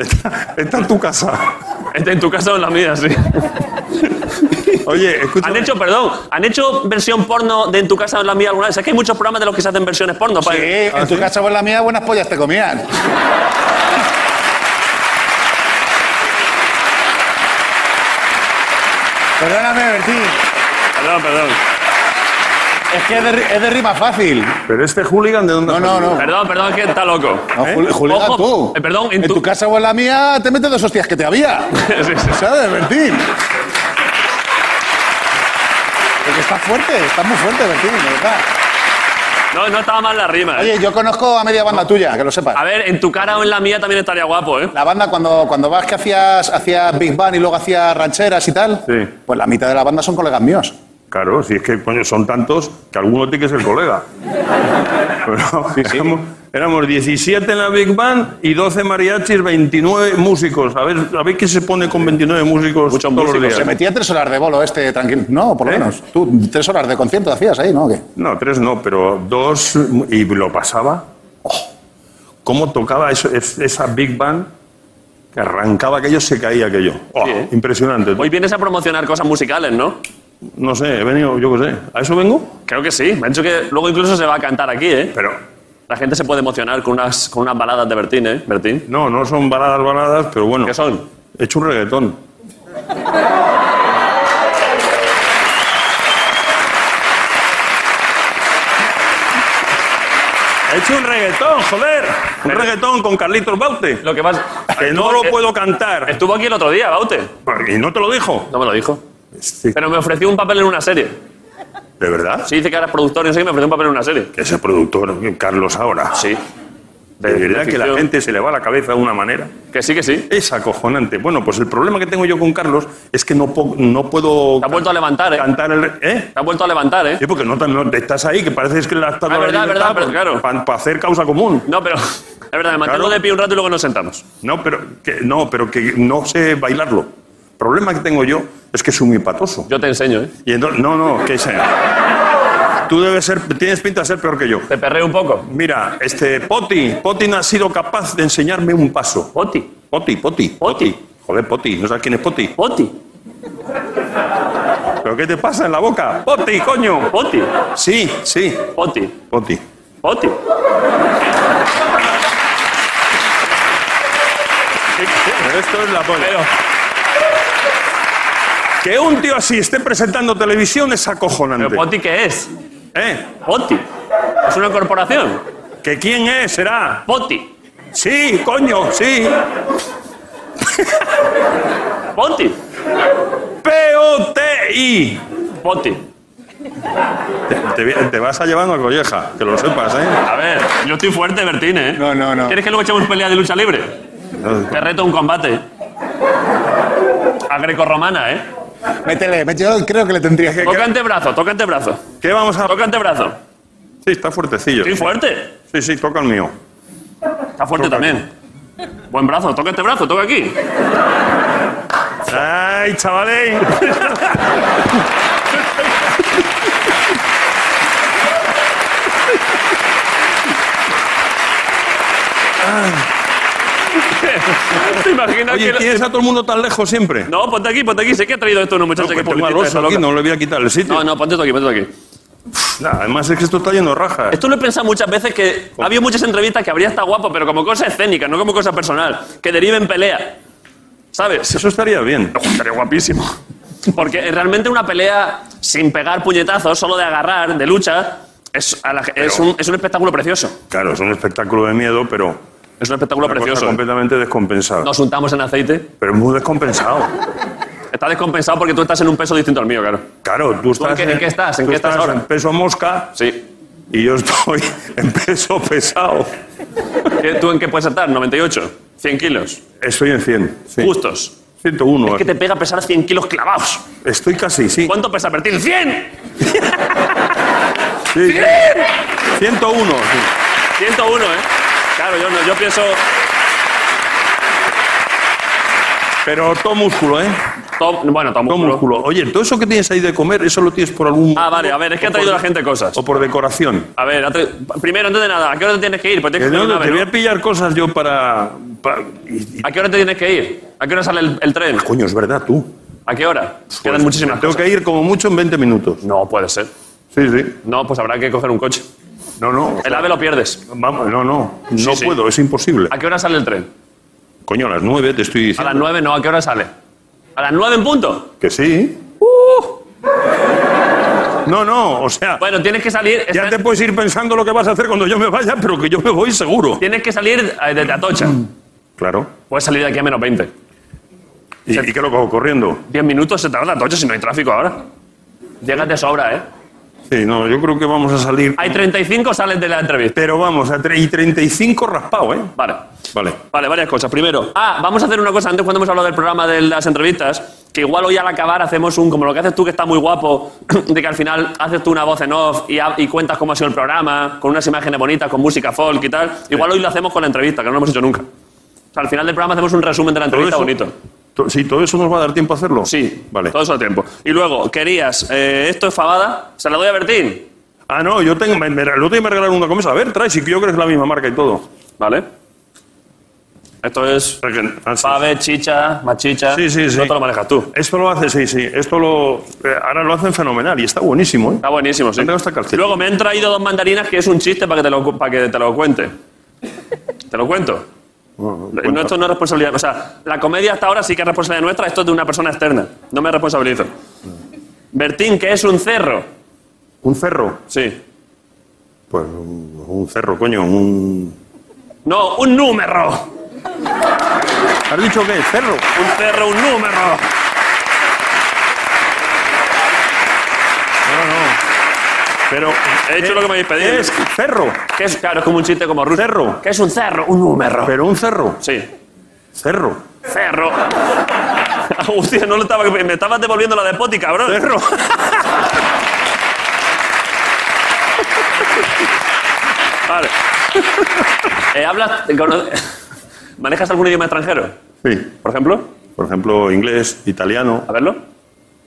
Está, está en tu casa.
Este en tu casa o en la mía, sí.
Oye, escucha.
Han hecho, perdón, han hecho versión porno de En tu casa o en la mía alguna vez. Es que hay muchos programas de los que se hacen versiones porno. pues.
Sí,
padre.
en tu casa o en la mía, buenas pollas te comían. Perdóname, Bertín.
Perdón, perdón.
Es que es de, ri- es de rima fácil.
Pero este hooligan, ¿de dónde
No,
ha
no,
salido?
no.
Perdón, perdón, es que está loco.
No,
¿Eh?
Juli- Julián,
Ojo,
tú.
eh, perdón, en
en,
tu-
tu... casa o en la mía te metes dos hostias que te había.
Sí, sí.
¿Sabes, Bertín? Porque está fuerte, está muy fuerte, Bertín, de verdad.
No, no estaba mal la rima. eh.
Oye, yo conozco a media banda tuya, que lo sepas.
A ver, en tu cara o en la mía también estaría guapo, ¿eh?
La banda, cuando, cuando vas que hacías, hacías Big Band y luego hacías rancheras y tal,
Sí.
pues la mitad de la banda son colegas míos.
Claro, si es que coño, son tantos que alguno tiene que ser colega. Pero Éramos, éramos 17 en la Big Band y 12 mariachis, 29 músicos. A ver, a ver qué se pone con 29 músicos
Muchos
todos
músicos,
los
Pues Se
días.
metía tres horas de bolo este, tranquilo. No, por lo
¿Eh?
menos. Tú, tres horas de concierto hacías ahí, ¿no? ¿Qué?
No, tres no, pero dos y lo pasaba. Oh, ¿Cómo tocaba eso- es- esa Big Band? Que arrancaba aquello, se caía aquello. Oh,
Sí, ¿eh?
Impresionante.
Hoy vienes a promocionar cosas musicales, ¿no?
No sé, he venido, yo qué sé. ¿A eso vengo?
Creo que sí. Me han dicho que luego incluso se va a cantar aquí, ¿eh?
Pero
La gente se puede emocionar con unas, con unas baladas de Bertín, ¿eh? Bertín.
no, no son baladas, baladas, pero bueno.
¿Qué son?
He hecho un reggaetón. He hecho un reggaetón, joder. Un reggaetón con Carlitos Baute.
Lo que más...
Que no lo puedo cantar.
Estuvo aquí el otro día, Baute.
Y no te lo dijo.
No me lo dijo.
Sí.
Pero me ofreció un papel en una serie.
¿De verdad?
Sí, dice que ahora es productor y no sé qué, me ofreció un papel en una serie.
Ese productor, Carlos ahora.
Sí.
De verdad que la
ficción.
gente se le va la cabeza de una manera.
Que sí, que sí.
Es acojonante. Bueno, pues el problema que tengo yo con Carlos es que no, po- no puedo
Te has vuelto a levantar, ¿eh?
cantar el... ¿Eh?
Te has vuelto a levantar, ¿eh?
Sí, porque no, te- no te estás ahí, que pareces que la estás
Ah, verdad, verdad, pero claro.
Para pues, hacer causa común.
No, pero... Es verdad, me mantengo
Claro.
de pie un rato y luego nos sentamos.
No, pero que no, pero que no sé bailarlo. El problema que tengo yo es que soy muy patoso.
Yo te enseño, ¿eh?
Y entonces, no, no, que sea. Tú debes ser, tienes pinta de ser peor que yo.
Te perreo un poco.
Mira, este Poti, Poti no ha sido capaz de enseñarme un paso.
Poti.
Poti, Poti,
Poti.
Joder, Poti, no sabes quién es Poti.
Poti.
¿Pero qué te pasa en la boca? Poti, coño.
Poti.
Sí, sí,
Poti.
Poti.
Poti.
Esto es la polla.
Pero...
Que un tío así esté presentando televisión es
¿Pero
acojonante.
Poti qué es?
¿Eh?
Poti. Es una corporación.
¿Que quién es? ¿Será?
Poti.
Sí, coño, sí.
Poti.
P-O-T-I.
Poti.
Te, te vi- te vas a llevando a colleja, que lo sepas, ¿eh?
A ver, yo estoy fuerte, Bertine. ¿eh?
No, no, no.
¿Quieres que luego echemos pelea de lucha libre? Te reto a un combate. A grecorromana, ¿eh?
Métele, me- yo creo que le tendría que.
Toca antebrazo, toca antebrazo.
¿Qué vamos a...?
Toca antebrazo.
Sí, está fuertecillo.
Estoy fuerte.
Sí, sí, toca el mío.
Está fuerte
Toca
también. Buen brazo, toca este brazo, toca aquí.
¡Ay, chavales!
¿Te imaginas
Oye,
que.?
¿tienes a todo el mundo tan lejos siempre?
No, ponte aquí, ponte aquí. Sé que ha traído esto una muchacha
que
que
tengo
publicita
al
esta
oso aquí,
loca.
no le voy a quitar el sitio.
No, no, ponte tú aquí, ponte tú aquí.
Nah, además es que esto está yendo raja.
Esto lo he pensado muchas veces que ha habido muchas entrevistas que habría estado guapo, pero como cosa escénica, no como cosa personal, que derive en pelea. ¿Sabes?
Eso estaría bien.
Estaría guapísimo. Porque realmente una pelea sin pegar puñetazos, solo de agarrar, de lucha, es, a la- es, un, es un espectáculo precioso.
Claro, es un espectáculo de miedo, pero
Es un espectáculo
una cosa
precioso. ¿eh?
completamente descompensado.
Nos untamos en aceite.
Pero es muy descompensado.
Está descompensado porque tú estás en un peso distinto al mío, claro.
Claro, tú
¿Tú en
estás...
qué- en qué estás? ¿En
tú
qué estás ahora?
en peso mosca
Sí.
y yo estoy en peso pesado.
¿Qué- ¿Tú en qué puedes estar? ¿98? ¿100 kilos?
Estoy en 100. sí.
¿Justos?
101.
Es que te pega pesar 100 kilos clavados.
Estoy casi, sí.
¿Cuánto pesa Bertín? ¡100!
Sí, sí. 101. sí.
101, ¿eh? Claro, yo, no, yo pienso
Pero todo músculo, ¿eh?
Tom- bueno, Tom
Todo
Músculo.
músculo. Oye, todo eso que tienes ahí de comer, ¿eso lo tienes por algún...
Ah, vale, a ver, es que ha
o
traído
por-
la gente cosas.
O por decoración.
A ver, ha tra- primero, antes de nada, ¿a qué hora te tienes que ir? Pues
Que
tienes que
Eh, no,
ir una
te
vez,
voy
¿no?
a pillar cosas yo para... para- y- y-
¿A qué hora te tienes que ir? ¿A qué hora sale el, el tren?
Coño, es verdad, tú.
¿A qué hora? Quedan
Pues,
muchísimas
me Tengo
cosas.
que ir como mucho en 20 minutos.
No, puede ser.
Sí, sí.
No, pues habrá que coger un coche.
No, no. o
El
sea,
ave lo pierdes.
Vamos, no, no.
Sí,
No
sí.
puedo, es imposible.
¿A qué hora sale el tren?
Coño, a las 9 te estoy
A
diciendo.
las nueve, no, ¿a qué hora sale? ¿A las nueve en punto?
Que sí.
Uh.
No, no, o sea,
Bueno, tienes que salir...
ya
está-
te puedes ir pensando lo que vas a hacer cuando yo me vaya, pero que yo me voy seguro.
Tienes que salir eh, desde Atocha.
Claro.
Puedes salir de aquí a menos 20.
¿Y, y qué lo cojo corriendo?
Diez minutos se tarda Atocha si no hay tráfico ahora. Llegas de sobra, ¿eh?
Sí, no, yo creo que vamos a salir.
Hay 35, sales de la entrevista.
Pero vamos, a tre- y 35 raspado, ¿eh?
Vale.
Vale.
Vale, varias cosas. Primero, ah, vamos a hacer una cosa. Antes, cuando hemos hablado del programa de las entrevistas, que igual hoy al acabar hacemos un, como lo que haces tú, que está muy guapo, de que al final haces tú una voz en off y, ha- y cuentas cómo ha sido el programa, con unas imágenes bonitas, con música folk y tal. Igual hoy lo hacemos con la entrevista, que no lo hemos hecho nunca. O sea, al final del programa hacemos un resumen de la entrevista bonito.
to- sí, todo eso nos va a dar tiempo a hacerlo.
Sí,
Vale.
Todo eso a tiempo. Y luego, querías, eh, esto es fabada, se la doy a Bertín.
Ah, no, yo tengo. Me, me, el otro día me regalaron una camisa. A ver, trae, si yo creo que es la misma marca y todo.
Vale. Esto es
Ah, sí.
fave, chicha, machicha.
Sí, sí, sí.
No te lo manejas tú.
Esto lo hace, sí, sí. Esto lo. eh, ahora lo hacen fenomenal y está buenísimo, ¿eh?
Está buenísimo, sí.
Me han dado hasta calcetín.
Luego me han traído dos mandarinas que es un chiste para que te lo, cu- para que te lo cuente. ¿Te lo cuento?
Bueno,
No,
cuenta.
esto no es responsabilidad. O sea, la comedia hasta ahora sí que es responsabilidad nuestra, esto es de una persona externa. No me responsabilizo. Bertín, que es un cerro.
Un cerro.
Sí.
Pues un, un cerro, coño. Un...
No, un número. Un
¿Has dicho qué? Cerro.
cerro, un número.
No, no. Pero.
He hecho
¿qué-
lo que me habéis pedido.
qué Es cerro.
Que es, claro, es como un chiste como ruso.
Cerro.
Que es un cerro, un número.
Pero un cerro.
Sí.
Cerro.
Cerro. Ah, Hostia, no lo estaba. Me estabas devolviendo la de Poti, cabrón.
Cerro.
Vale. Eh, ¿Hablas. cono- ¿Manejas algún idioma extranjero?
Sí.
Por ejemplo,
Por ejemplo, inglés, italiano.
a verlo.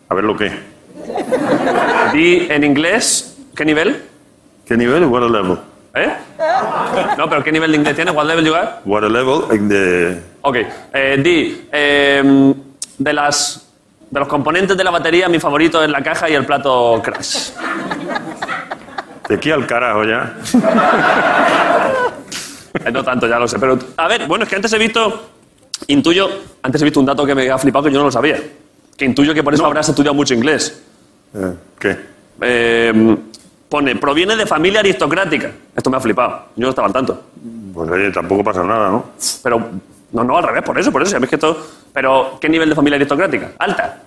A ver lo que.
Di en inglés. ¿Qué nivel?
¿Qué nivel? What a level.
¿Eh? No, pero ¿qué nivel de inglés tienes? ¿Cuál level you got?
What a level in the-
Ok. Eh, di. eh, de las. De los componentes de la batería, mi favorito es la caja y el plato crash.
De aquí al carajo ya.
Eh, No tanto, ya lo sé. Pero, a ver, bueno, es que antes he visto, intuyo, antes he visto un dato que me ha flipado que yo no lo sabía. que intuyo que por eso habrás estudiado mucho inglés.
Eh, ¿Qué?
Eh, pone, proviene de familia aristocrática. Esto me ha flipado. Yo no estaba al tanto.
Pues oye, tampoco pasa nada, ¿no?
Pero, no, no, al revés, por eso, por eso. Sabéis que todo. Pero, ¿qué nivel de familia aristocrática? Alta.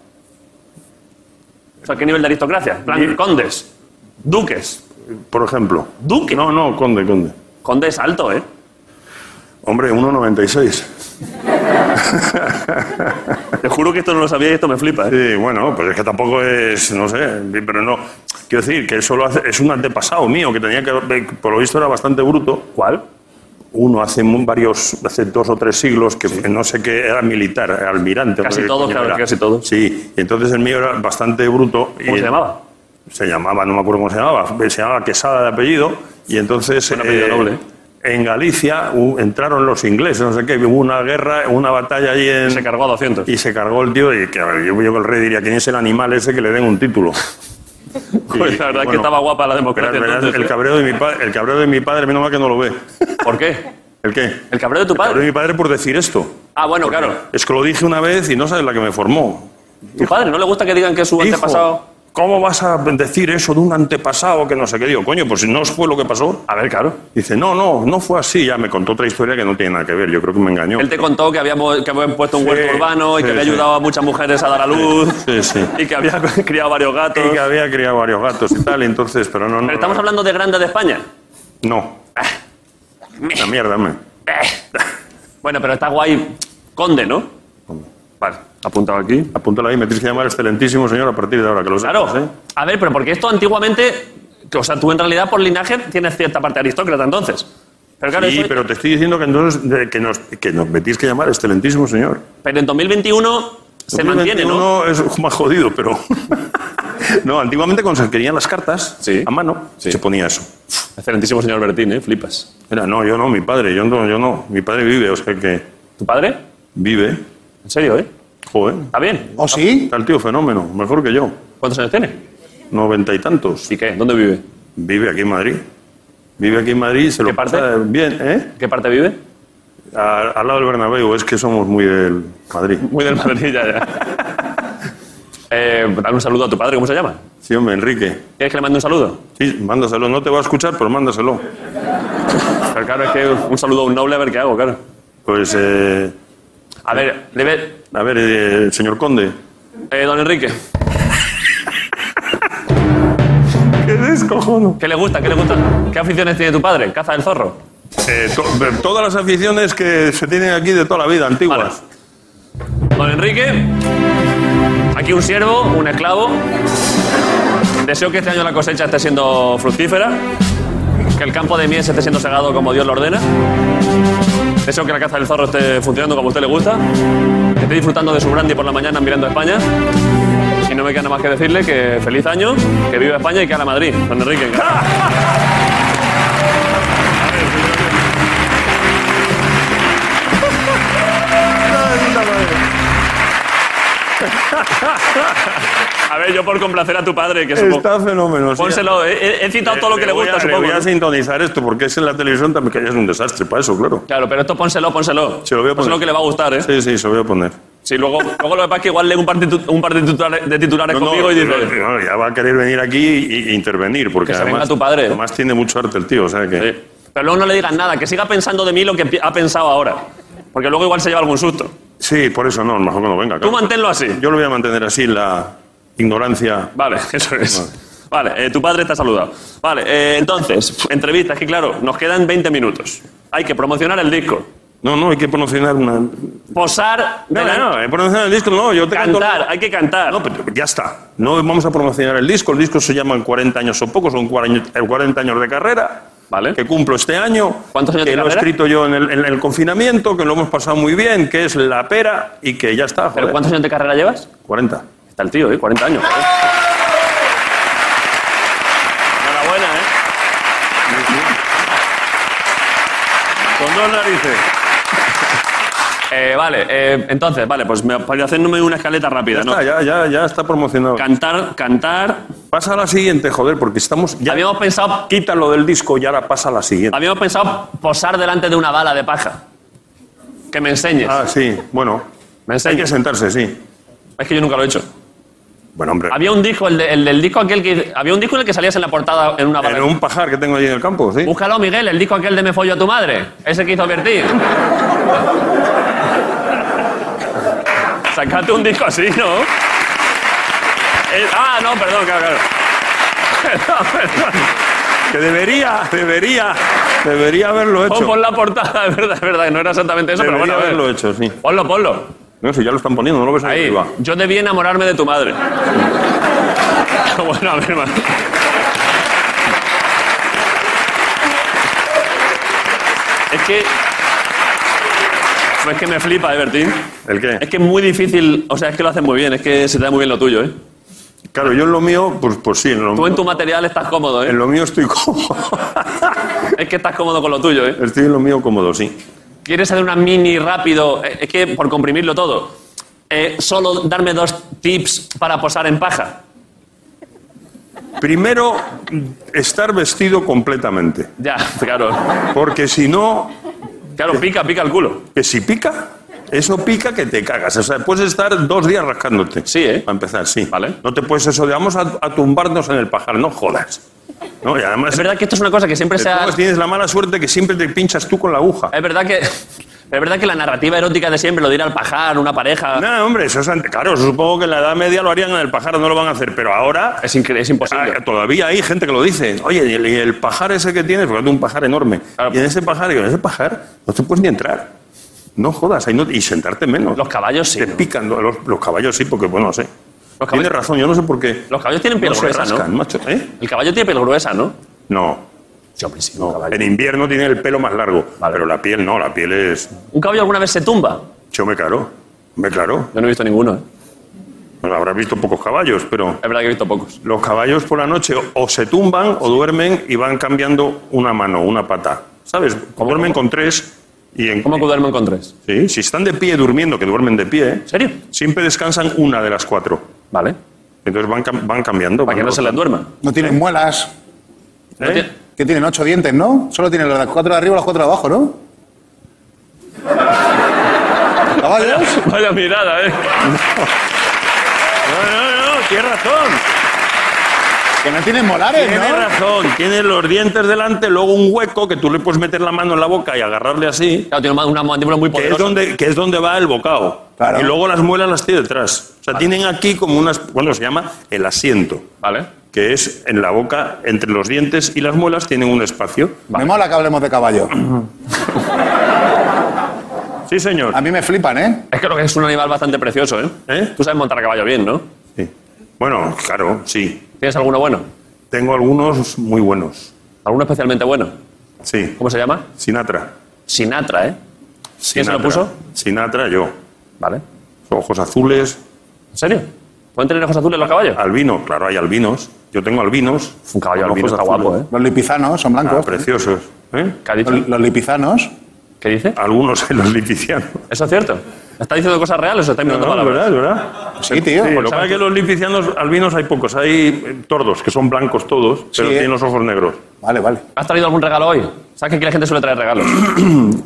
O sea, ¿qué nivel de aristocracia? En plan,
Bien.
condes, duques.
Por ejemplo.
Duque.
No, no, conde, conde.
Conde es alto, ¿eh?
Hombre, 1,96.
Te juro que esto no lo sabía y esto me flipa. ¿eh?
Sí, bueno, pues es que tampoco es, no sé, pero no. Quiero decir que eso lo hace- es un antepasado mío, que tenía que, por lo visto era bastante bruto. ¿Cuál? Uno hace mu- varios, hace dos o tres siglos, que no sé qué, era militar, almirante.
Casi
no sé qué
todos,
coño
claro,
era.
casi todos.
Sí, y entonces el mío era bastante bruto. y-
¿Cómo se llamaba?
se llamaba, no me acuerdo cómo se llamaba, se llamaba Quesada de apellido, y entonces eh,
Buen apellido noble.
en Galicia hu- entraron los ingleses, no sé qué, hubo una guerra, una batalla allí en...
Se cargó a 200.
Y se cargó el tío, y que, a ver, yo, yo que el rey diría, ¿quién es el animal ese que le den un título?
Pues la verdad
y
es que
bueno,
estaba guapa la democracia.
verás, verás,
entonces,
el,
¿eh?
cabreo de mi pa- el cabreo de mi padre, menos mal que no lo ve.
¿Por qué?
¿El qué?
¿El cabreo de tu
El cabreo de
padre?
mi padre por decir esto.
Ah, bueno, claro.
Es que lo dije una vez y no sabes la que me formó.
¿Tu padre no le gusta que digan que es su
Hijo,
antepasado?
¿Cómo vas a decir eso de un antepasado que no sé qué? Digo, coño, pues si no fue lo que pasó.
A ver, claro.
Dice, no, no, no fue así. Ya me contó otra historia que no tiene nada que ver. Yo creo que me engañó.
Él te contó que habíamos, que habían puesto un huerto
Sí,
urbano y que
sí,
había
sí.
ayudado a muchas mujeres a dar a luz
Sí, sí.
y que había criado varios gatos.
Y que había criado varios gatos y tal, y entonces, pero no, no.
Pero estamos hablando de grandes de España.
No.
Ah,
La mierda, hombre. Eh.
Bueno, pero está guay. Conde, ¿no? Vale, apuntado aquí.
Apúntala ahí, me tienes que llamar excelentísimo señor a partir de ahora, que lo sepas,
Claro.
¿eh?
A ver, pero porque esto antiguamente. que, O sea, tú en realidad por linaje tienes cierta parte aristócrata entonces. Pero claro,
Sí,
eso-
pero te estoy diciendo que entonces de- que nos, que nos me tienes que llamar excelentísimo señor.
pero en 2021 se mantiene, ¿no?
No, es más jodido, pero. no, antiguamente cuando se querían las cartas
Sí.
a mano,
Sí.
se ponía eso.
Excelentísimo señor Bertín, ¿eh? Flipas.
Era, no, yo no, mi padre, yo no, yo no. Mi padre vive, o sea que
¿Tu padre?
vive.
¿En serio, eh?
Joder,
¿Está bien?
¿O sí?
está el tío fenómeno, mejor que yo.
¿Cuántos años tiene?
Noventa y tantos.
¿Y qué? ¿Dónde vive?
Vive aquí en Madrid. Vive aquí en Madrid y se lo
¿Qué parte?
pasa bien, ¿eh?
¿En qué parte vive?
A- al lado del Bernabéu, es que somos muy del Madrid.
Muy del Madrid, ya, ya. Eh, dale un saludo a tu padre, ¿cómo se llama?
Sí, hombre, Enrique.
¿Quieres que le mande un saludo?
Sí, mándaselo. No te va a escuchar, pero mándaselo.
Pero claro, es que un saludo a un noble a ver qué hago, claro.
Pues, eh,
A ver, debe.
a ver, eh, señor Conde.
eh, don Enrique,
¡Qué descojono!
¿qué le gusta? ¿Qué le gusta? ¿Qué aficiones tiene tu padre? ¿Caza del zorro?
Eh, to- todas las aficiones que se tienen aquí de toda la vida, antiguas.
Don Enrique, aquí un siervo, un esclavo. Deseo que este año la cosecha esté siendo fructífera, que el campo de mies esté siendo segado como Dios lo ordena. Deseo que la caza del zorro esté funcionando como a usted le gusta, que esté disfrutando de su brandy por la mañana mirando a España. Y no me queda nada más que decirle que feliz año, que viva España y que a la Madrid. Don Enrique, encargado. a ver, yo por complacer a tu padre, que supongo...
Está fenómeno. sí.
Pónselo, he, he- he citado todo lo que le
Eh, voy
gusta,
a,
supongo.
voy a
¿no?
sintonizar esto porque es en la televisión también que ya es un desastre para eso, claro.
Claro, pero esto pónselo, pónselo.
Se lo voy a
Pónselo
poner.
que le va a gustar, ¿eh? Sí,
Sí, sí, se lo voy a poner.
luego, luego lo que pasa es que igual lee un par de, tu- un par de titulares, de titulares conmigo y dice...
no, no, ya va a querer venir aquí y- e intervenir porque
Que se venga
además,
tu padre. ¿eh?
además tiene mucho arte el tío, o sea que...
Sí. Pero luego no le digas nada, que siga pensando de mí lo que pi- ha pensado ahora. Porque luego igual se lleva algún susto.
Sí, por eso no, mejor que no venga.
Tú
claro.
manténlo así.
Yo lo voy a mantener así, la ignorancia.
Vale, eso es. Vale, eh, tu padre te ha saludado. Vale, eh, entonces, entrevista. Es que claro, nos quedan 20 minutos. Hay que promocionar el disco.
No, no, hay que promocionar una... No,
Posar,
no,
delan-
no, hay que promocionar el disco, no, yo te canto-
cantar, hay que cantar.
No, pero ya está. No vamos a promocionar el disco. El disco se llama En 40 años o poco, son 40 40 años de carrera.
Vale.
Que cumplo este año.
¿Cuántos años
Que
de
lo he
carrera?
escrito yo en el, en el confinamiento, que lo hemos pasado muy bien, que es la pera y que ya está.
¿Pero
joder.
cuántos años de carrera llevas?
40.
Está el tío, ¿eh? 40 años. joder. Enhorabuena, ¿eh?
Con dos narices.
Eh, vale, eh, entonces, vale, pues me, para hacerme una escaleta rápida,
Ya
¿no?
está, ya, ya, ya está promocionado.
Cantar, cantar.
Pasa a la siguiente, joder, porque estamos. Ya
Habíamos pensado,
quítalo del disco y ahora pasa a la siguiente.
habíamos pensado posar delante de una bala de paja. Que me enseñes.
Ah, sí, bueno.
me
Hay que
enseñes.
sentarse, sí.
Es que yo nunca lo he hecho.
Bueno, hombre.
Había un disco, el, de- el del disco aquel que. Había un disco en el que salías en la portada en una barra.
En un pajar que tengo allí en el campo, sí.
Búscalo, Miguel, el disco aquel de Me Follo a tu madre. Ese que hizo Bertín. Sacate un disco así, ¿no? Eh, ah, no, perdón, claro, claro. Perdón, perdón.
Que debería, debería, debería haberlo
Pon
hecho.
por la portada, es verdad, es verdad, que no era exactamente eso,
debería
pero bueno, a ver.
haberlo hecho, sí.
Ponlo, ponlo.
No, si ya lo están poniendo, no lo ves ahí
Ahí.
arriba.
Yo debí enamorarme de tu madre. bueno, a ver, man. Es que. Es que me flipa, eh, Bertín.
¿El qué?
Es que es muy difícil. O sea, es que lo hacen muy bien. Es que se te da muy bien lo tuyo, ¿eh?
Claro, yo en lo mío, pues, pues sí, en lo,
Tú en tu material estás cómodo,
en
¿eh?
lo mío estoy cómodo.
Es que estás cómodo con lo tuyo, ¿eh?
estoy en lo mío cómodo, sí.
¿Quieres hacer una mini rápido? Eh, Es que por comprimirlo todo. eh, solo darme dos tips para posar en paja.
Primero, estar vestido completamente.
Ya, claro.
Porque si no,
Claro, pica, pica el culo.
que si pica, eso pica que te cagas. O sea, puedes estar dos días rascándote.
Sí, ¿eh?
Para empezar, sí.
Vale.
No te puedes eso de vamos a, a tumbarnos en el pajar, no jodas. No, y además,
Es verdad que esto es una cosa que siempre
de
se ha...
todas tienes la mala suerte que siempre te pinchas tú con la aguja.
Es verdad que... Es verdad que la narrativa erótica de siempre, lo de ir al pajar, una pareja...
No, hombre, eso es ante- claro, supongo que en la Edad Media lo harían en el pajar, no lo van a hacer, pero ahora
Es, incre- es imposible.
Ah, todavía hay gente que lo dice. Oye, y el, y el pajar ese que tienes, porque es un pajar enorme.
Claro.
Y en ese pajar, digo, en ese pajar no te puedes ni entrar. No jodas, ahí no- y sentarte menos.
Los caballos sí.
te
¿no?
pican no, los, los caballos sí, porque bueno, no sé.
Los caballos-
Tienes razón, yo no sé por qué.
Los caballos tienen piel
no se
gruesa,
rascan,
¿no?
macho. ¿Eh?
El caballo tiene piel gruesa, ¿no?
No,
Yo hombre, sí, un
no.
caballo.
En invierno tiene el pelo más largo,
Vale.
pero la piel no, la piel es.
¿Un caballo alguna vez se tumba?
Yo me claro, me claro.
Yo no he visto ninguno, ¿eh?
Bueno, habrás visto pocos caballos, pero.
Es verdad que he visto pocos.
Los caballos por la noche o se tumban o duermen y van cambiando una mano, una pata. ¿Sabes? duermen con tres y en...
¿Cómo que duermen con tres?
Sí, si están de pie durmiendo, que duermen de pie,
¿En serio?
siempre descansan una de las cuatro.
Vale.
Entonces van, cam- van cambiando.
Para que
van
no se les duerma.
No tienen muelas.
No
¿Eh?
tiene-
Que tienen ocho dientes, ¿no? Solo tienen las cuatro de arriba y las cuatro de abajo, ¿no? ¿Caballos?
Vaya mirada, ¿eh?
No, no, no, tienes razón.
Que no tienen molares,
Tienes
¿no?
razón. Tienes los dientes delante, luego un hueco que tú le puedes meter la mano en la boca y agarrarle así,
Claro, tiene una- una mandíbula muy
que es
poderosa.
donde, que es donde va el bocado.
Claro.
Y luego las muelas las tiene detrás. O sea, tienen aquí como unas... Bueno, se llama el asiento.
Vale.
que es en la boca, entre los dientes y las muelas, tienen un espacio.
Me mola que hablemos de caballo.
Sí, señor.
A mí me flipan, ¿eh?
Es que lo que es un animal bastante precioso, ¿eh?
¿Eh?
Tú sabes montar a caballo bien, ¿no?
Sí. Bueno, claro, sí.
¿Tienes alguno bueno?
Tengo algunos muy buenos.
¿Alguno especialmente bueno?
Sí.
¿Cómo se llama?
Sinatra.
Sinatra, ¿eh?
Sinatra.
¿Quién se lo puso?
Sinatra, yo.
Vale.
Ojos azules,
¿En serio? ¿Pueden tener ojos azules los caballos?
albino. Claro, hay albinos. Yo tengo albinos.
Un caballo
con
albino
ojos
está guapo,
azules.
¿eh?
Los lipizanos son
Ah,
blancos.
preciosos. ¿eh?
¿Qué ha dicho?
Los, los lipizanos.
¿Qué dice?
Algunos en los lipicianos.
¿Eso es cierto? ¿Está diciendo cosas reales o está inventando
No, no,
palabras?
es verdad.
Sí, tío.
Sí, lo que pasa es que los lipicianos albinos hay pocos. Hay eh, tordos, que son blancos todos, pero
Sí, ¿eh?
tienen los ojos negros.
Vale, vale.
¿Has traído algún regalo hoy? ¿Sabes que aquí la gente suele traer regalos?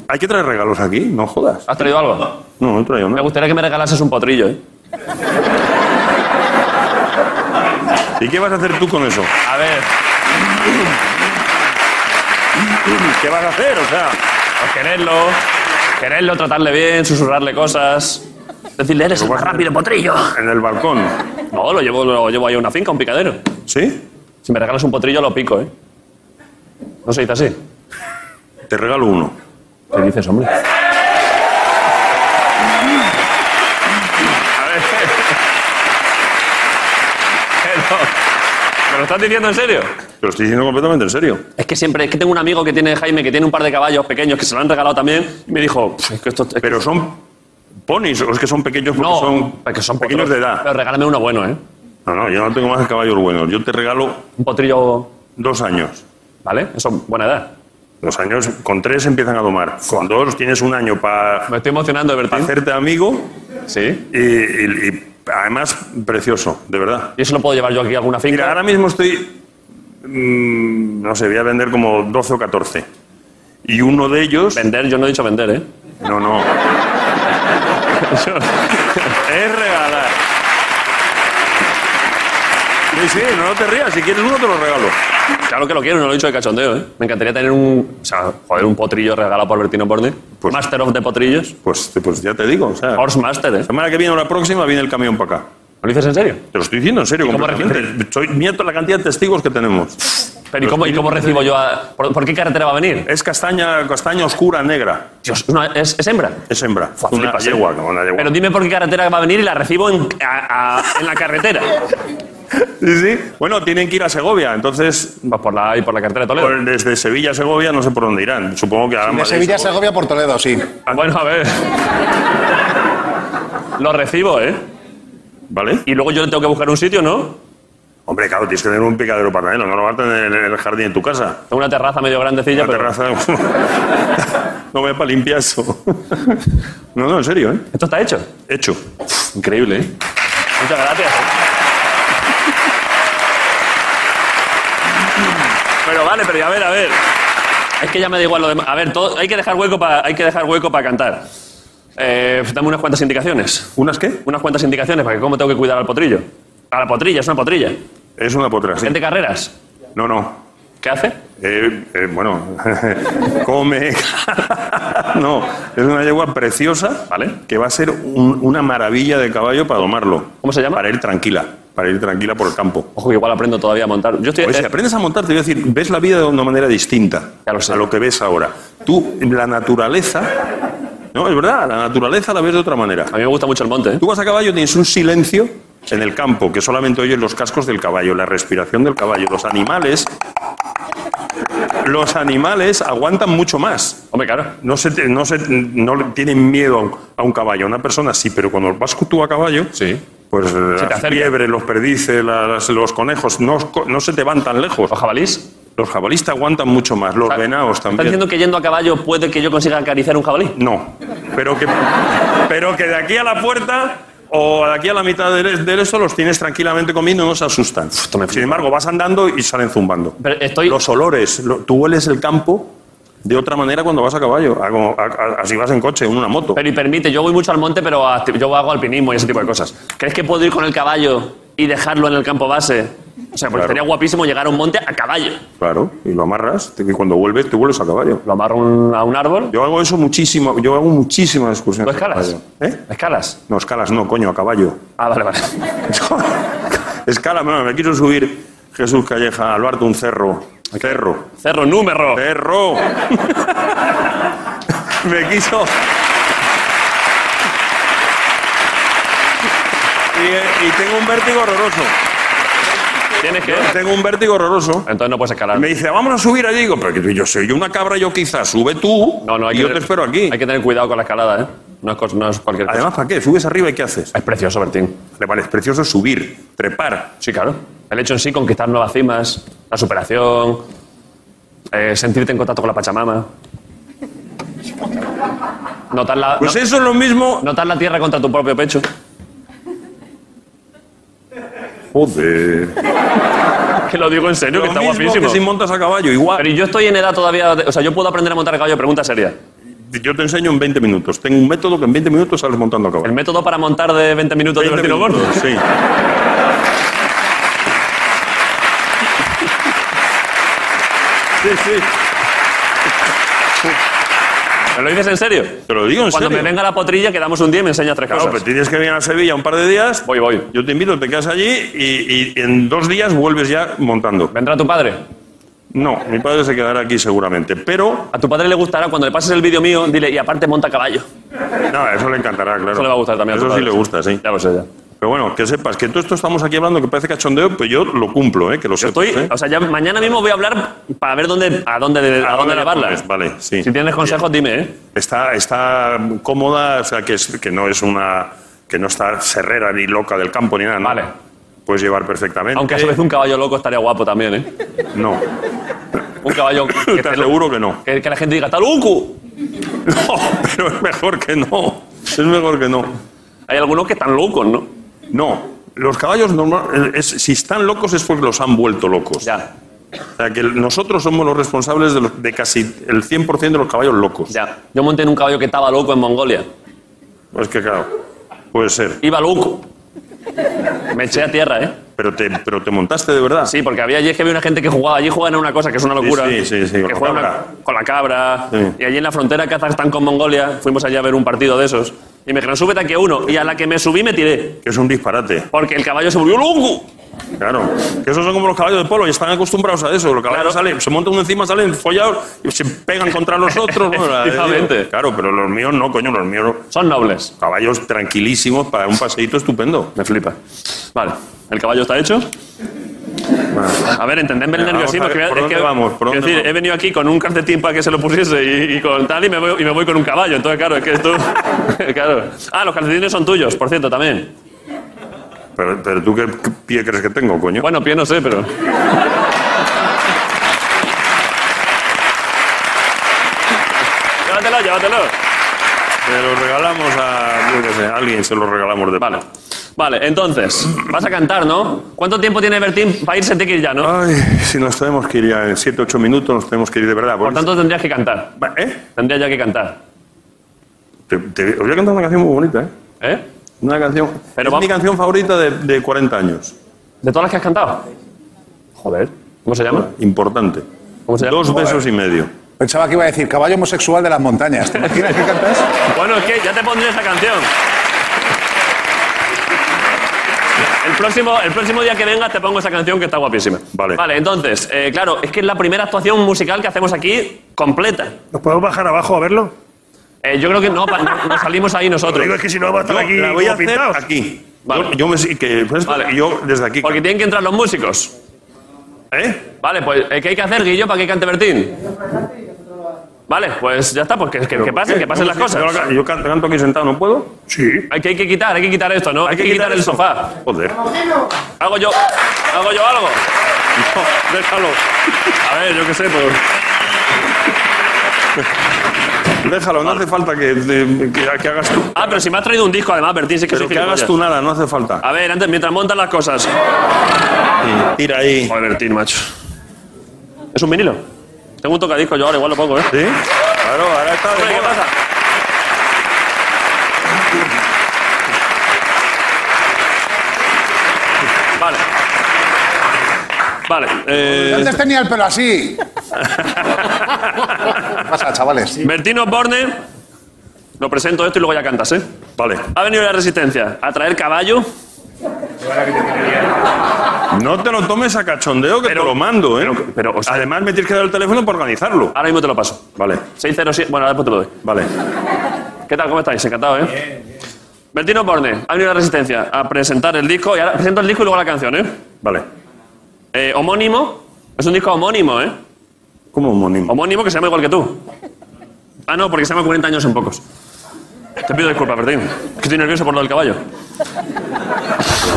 Hay que traer regalos aquí, no jodas.
¿Has traído algo?
No, no he traído
Me
nada.
gustaría que me regalases un potrillo, ¿eh?
¿Y qué vas a hacer tú con eso?
A ver,
¿Qué vas a hacer? O sea,
pues quererlo, quererlo, tratarle bien, susurrarle cosas. Decirle, eres el más rápido potrillo.
en el balcón.
No, lo llevo, lo llevo ahí a una finca, a un picadero.
¿Sí?
Si me regalas un potrillo, lo pico, ¿eh? No se dice así.
Te regalo uno.
¿Qué dices, hombre?
A ver,
Pero, ¿Me lo estás diciendo en serio?
te lo estoy diciendo completamente en serio.
Es que siempre, es que tengo un amigo que tiene, Jaime, que tiene un par de caballos pequeños que se lo han regalado también. Y me dijo, "Pff, es que esto. es que-
Pero son ponis, o es que son pequeños porque
no,
son,
es que son
pequeños de
potros.
edad.
Pero regálame uno bueno, ¿eh?
No, no, yo no tengo más caballos buenos. Yo te regalo
Un potrillo,
dos años.
¿vale? Eso, buena edad.
Dos años, con tres empiezan a domar. Con dos tienes un año para
Me estoy emocionando, Bertín.
hacerte amigo
Sí.
y, y- y además precioso, de verdad.
¿Y eso lo puedo llevar yo aquí a alguna finca?
Mira, ahora mismo estoy. mm, no sé, voy a vender como 12 o 14. Y uno de ellos.
Vender, yo no he dicho vender, ¿eh?
No, no. es regalar. Sí, sí, no, no te rías. Si quieres uno, te lo regalo.
Claro que lo quiero, no lo he dicho de cachondeo, ¿eh? Me encantaría tener un. O sea, joder, un potrillo regalado por Bertino Borne.
Pues-
Master of the potrillos.
Pues, pues ya te digo. O sea, la
Horse Master, ¿eh?
semana que viene o la próxima viene el camión para acá.
¿Lo dices en serio?
Te lo estoy diciendo en serio,
cómo
completamente. Soy miento la cantidad de testigos que tenemos.
Pero ¿y cómo, y cómo recibo yo a.? ¿Por, por qué carretera va a venir?
Es castaña, castaña oscura negra.
Dios, es una- es, es hembra.
Es hembra.
Fua,
una
flipas, ¿eh?
yegua, como una yegua.
Pero dime por qué carretera va a venir y la recibo en, a- a- en la carretera.
Sí, sí. Bueno, tienen que ir a Segovia, entonces
Va Pues por la, y por la carretera de Toledo.
pues, desde Sevilla a Segovia no sé por dónde irán. Supongo que harán
De
Madrid,
Sevilla a Segovia por Toledo, sí.
Bueno, a ver. Lo recibo, ¿eh?
¿Vale?
Y luego yo le tengo que buscar un sitio, ¿no?
Hombre, claro, tienes que tener un picadero para no lo vas a tener en el jardín de tu casa.
Tengo una terraza medio grandecilla,
La
pero.
terraza. no voy para limpiar eso. no, no, en serio, ¿eh?
Esto está hecho.
Hecho. Increíble, ¿eh?
Muchas gracias. Pero vale, pero a ver, a ver. Es que ya me da igual lo demás. A ver, todo, hay que dejar hueco para hay que dejar hueco para cantar. Eh, dame unas cuantas indicaciones.
¿Unas qué?
Unas cuantas indicaciones para que cómo tengo que cuidar al potrillo. A la potrilla, es una potrilla.
Es una potra, sí.
Gente carreras.
No, no.
¿Qué hace?
Eh, eh, bueno, come. no, es una yegua preciosa, ¿vale? Que va a ser un- una maravilla de caballo para domarlo.
¿Cómo se llama?
Para ir tranquila, para ir tranquila por el campo.
Ojo, que igual aprendo todavía a montar. Yo estoy.
Oye, si
eh,
aprendes a montar, te voy a decir, ves la vida de una manera distinta
Ya lo sé.
a lo que ves ahora. Tú, la naturaleza, no, es verdad, la naturaleza la ves de otra manera.
a mí me gusta mucho el monte, ¿eh?
Tú vas a caballo, tienes un silencio en el campo, que solamente oyes los cascos del caballo, la respiración del caballo, los animales. Los animales aguantan mucho más.
Hombre, claro.
No, se, te- no, se, no le tienen miedo a un, a un caballo. Una persona sí, pero cuando vas tú a caballo,
Sí.
pues
te
las
acerca.
fiebres, los perdices, las- los conejos, no, os co- no se te van tan lejos.
¿Los jabalís?
Los jabalíes te aguantan mucho más, los venados
¿Estás
también.
diciendo que yendo a caballo puede que yo consiga acariciar un jabalí?
No, pero que, pero que de aquí a la puerta o de aquí a la mitad del, del eso los tienes tranquilamente comiendo y no se asustan. Sin embargo, vas andando y salen zumbando.
Pero estoy.
Los olores, lo- tú hueles el campo de otra manera cuando vas a caballo, a como- a- a- así vas en coche, en una moto.
Pero y permite, yo voy mucho al monte, pero a- yo hago alpinismo y ese tipo de cosas. ¿Crees que puedo ir con el caballo y dejarlo en el campo base? O sea, porque
Claro.
sería guapísimo llegar a un monte a caballo.
Claro, y lo amarras y cuando vuelves te vuelves a caballo.
Lo amarro un- a un árbol.
Yo hago eso muchísimo, yo hago muchísimas
¿Tú
excursiones. a
escalas?
caballo. ¿Eh?
¿Escalas?
No, escalas no, coño, a caballo.
Ah, vale, vale.
Escala, bueno, me quiero subir Jesús Calleja, Alberto, un cerro. Cerro.
Cerro número.
Cerro. me quiso. Y, eh, y tengo un vértigo horroroso.
Tienes que.
Tengo un vértigo horroroso.
Entonces no puedes escalar.
Me dice, vamos a subir allí. Digo, pero que tú- yo soy una cabra, yo quizás. Sube tú.
No, no, hay
y
que
yo te
tener-
espero aquí.
Hay que tener cuidado con la escalada, ¿eh? No es, cos- no es cualquier cosa.
Además, ¿para qué? Subes arriba y ¿qué haces?
Es precioso, Bertín.
Vale, vale, es precioso subir, trepar.
Sí, claro. El hecho en sí, conquistar nuevas cimas, la superación, eh, sentirte en contacto con la Pachamama. Notar la,
Pues
no-
eso es lo mismo.
notar la tierra contra tu propio pecho.
Joder.
Que lo digo en serio,
Lo
que está
mismo
guapísimo.
que si montas a caballo, igual.
Pero yo estoy en edad todavía... de- o sea, yo puedo aprender a montar a caballo, pregunta seria.
Yo te enseño en 20 minutos. Tengo un método que en 20 minutos sales montando a
El
caballo.
método para montar de 20 minutos de
20
Bertino Gordo.
minutos, Sí. sí, sí.
¿Me lo dices en serio?
Te lo digo en
Cuando
serio.
me venga la potrilla, quedamos un día y me enseñas tres
Claro,
cosas.
pero tienes que venir a Sevilla un par de días.
Voy, voy.
Yo te invito, te quedas allí y, y en dos días vuelves ya montando.
¿Vendrá tu padre?
No, mi padre se quedará aquí seguramente, pero...
A tu padre le gustará cuando le pases el vídeo mío, dile, y aparte monta a caballo.
No, eso le encantará, claro.
Eso le va a gustar también a tu
Eso sí
padre.
le gusta, sí.
Ya lo sé, ya.
Pero bueno, que sepas que todo esto estamos aquí hablando que parece cachondeo, pero yo lo cumplo, ¿eh? Que lo
Yo
sepas,
estoy,
¿eh?
o sea, ya mañana mismo voy a hablar para ver dónde, a dónde, a dónde,
le
lavarla.
pones? Ah, Pues Vale, sí.
Si tienes consejos, dime, ¿eh?
Está, está cómoda, o sea, que, es- que no es una. que no está serrera ni loca del campo ni nada, ¿no?
Vale.
Puedes llevar perfectamente.
Aunque a su vez un caballo loco estaría guapo también, ¿eh?
No,
Un caballo que,
te
esté
aseguro que no.
lo- que, que la gente diga, ¡está loco!
No, pero es mejor que no. Es mejor que no.
Hay algunos que están locos, ¿no?
No, los caballos normal, es- si están locos es porque los han vuelto locos.
Ya,
O sea, que nosotros somos los responsables de, los- de casi el 100% de los caballos locos.
ya. Yo monté en un caballo que estaba loco en Mongolia.
Es que claro, puede ser.
Iba loco. Me eché a tierra, ¿eh?
Pero te, pero te montaste de verdad.
Sí, porque había allí es que había una gente que jugaba. Allí juegan a una cosa que es una locura.
Sí, sí, sí, sí, con
que
la
juegan
cabra.
una- con la cabra.
Sí.
Y allí en la frontera Kazajstán con Mongolia fuimos allí a ver un partido de esos. Y me dijeron, súbete aquí a uno. Y a la que me subí me tiré.
Que es un disparate.
Porque el caballo se volvió loco.
Claro. Que esos son como los caballos de polo y están acostumbrados a eso. Los caballos
Claro.
salen, se montan uno encima, salen follados y se pegan contra los otros. ¿no?
Efectivamente.
Claro, pero los míos no, coño, los míos.
Son nobles.
Caballos tranquilísimos para un paseíto estupendo.
Me flipa. Vale, el caballo está hecho. A ver, entendedme el
Venga,
nerviosismo.
vamos a ver,
que-
¿por
es
dónde
que-
vamos? ¿Por
es
dónde
decir,
vamos?
he venido aquí con un calcetín para que se lo pusiese y, y con tal, y me, voy, y me voy con un caballo. Entonces, claro, es que esto. claro. Ah, los calcetines son tuyos, por cierto, también.
Pero, pero tú qué qué pie crees que tengo, coño.
Bueno, pie no sé, pero. llévatelo, llévatelo.
Se lo regalamos a, yo qué sé, a alguien, se lo regalamos de
Vale. Vale, entonces, vas a cantar, ¿no? ¿Cuánto tiempo tiene Bertín para irse? Te que ir ya, ¿no?
Ay, si nos tenemos que ir ya en 7, 8 minutos, nos tenemos que ir de verdad.
Por tanto, tendrías que cantar.
Va, ¿eh?
Tendría ya que cantar.
Te, te- os voy a cantar una canción muy bonita, ¿eh?
¿Eh?
Una canción.
Pero
es
vamos-
mi canción favorita de, de 40 años.
¿De todas las que has cantado? Joder. ¿Cómo se llama?
Importante.
¿Cómo se llama?
Dos besos y medio.
Pensaba que iba a decir caballo homosexual de las montañas. ¿Te imaginas que cantas?
Bueno, es que ya te pondré esa canción. El próximo, el próximo día que vengas te pongo esa canción que está guapísima.
Vale.
Vale, entonces, eh, claro, es que es la primera actuación musical que hacemos aquí completa.
¿Nos podemos bajar abajo a verlo?
Eh, yo creo que no, pa- no- nos salimos ahí
Lo
nosotros.
digo es que si no vamos a estar
Yo
aquí
la voy a
como
hacer
pintados.
aquí.
Vale.
Yo, yo me sí que pues,
Vale.
yo desde aquí.
Porque tienen que entrar los músicos.
¿Eh?
Vale, pues, eh, ¿qué hay que hacer, Guillo, para que cante Bertín? Vale, pues ya está, pues que, que, que pasen,
¿Eh?
que pasen las
Yo,
cosas.
la- yo can- canto aquí sentado, ¿no puedo?
Sí.
Hay que, hay que quitar, hay que quitar esto, ¿no? Hay, que, quitar, el
esto.
sofá.
Joder.
Hago yo, hago yo algo.
No, déjalo.
A ver, yo qué sé, pues.
Déjalo, no hace falta que, de- que- que hagas tú.
Ah, pero si me has traído un disco, además, Bertín, sí que
Pero
soy
que hagas
gilipollas.
tú nada, no hace falta.
A ver, antes, mientras montan las cosas.
Tira ahí.
Ah, Joder, Bertín, macho. ¿Es un vinilo? Tengo un tocadisco yo ahora, igual lo pongo, ¿eh?
¿Sí? Claro, ahora está de
Hombre, ¿qué
moda.
pasa? Vale. Vale. eh,
Antes tenía el pelo así. ¿Qué pasa, chavales?
Bertín Osborne. Lo presento esto y luego ya cantas, ¿eh?
Vale.
Ha venido la resistencia a traer caballo.
No te lo tomes a cachondeo, que
Pero-
te lo mando, ¿eh?
pero- pero, o sea- Ah.
Además, me tienes que dar el teléfono para organizarlo.
Ahora mismo te lo paso.
Vale,
607. Bueno, ahora después te lo doy.
vale.
¿Qué tal? ¿Cómo estáis? Encantado, ¿eh? Bertino Borne, ha venido la Resistencia a presentar el disco. Y ahora presento el disco y luego la canción, ¿eh?
Vale.
Eh, Homónimo. Es un disco homónimo, ¿eh?
¿Cómo homónimo?
Homónimo que se llama igual que tú. Ah, no, porque se llama 40 años en pocos. Te pido disculpas, Bertín. Que estoy nervioso por lo del caballo.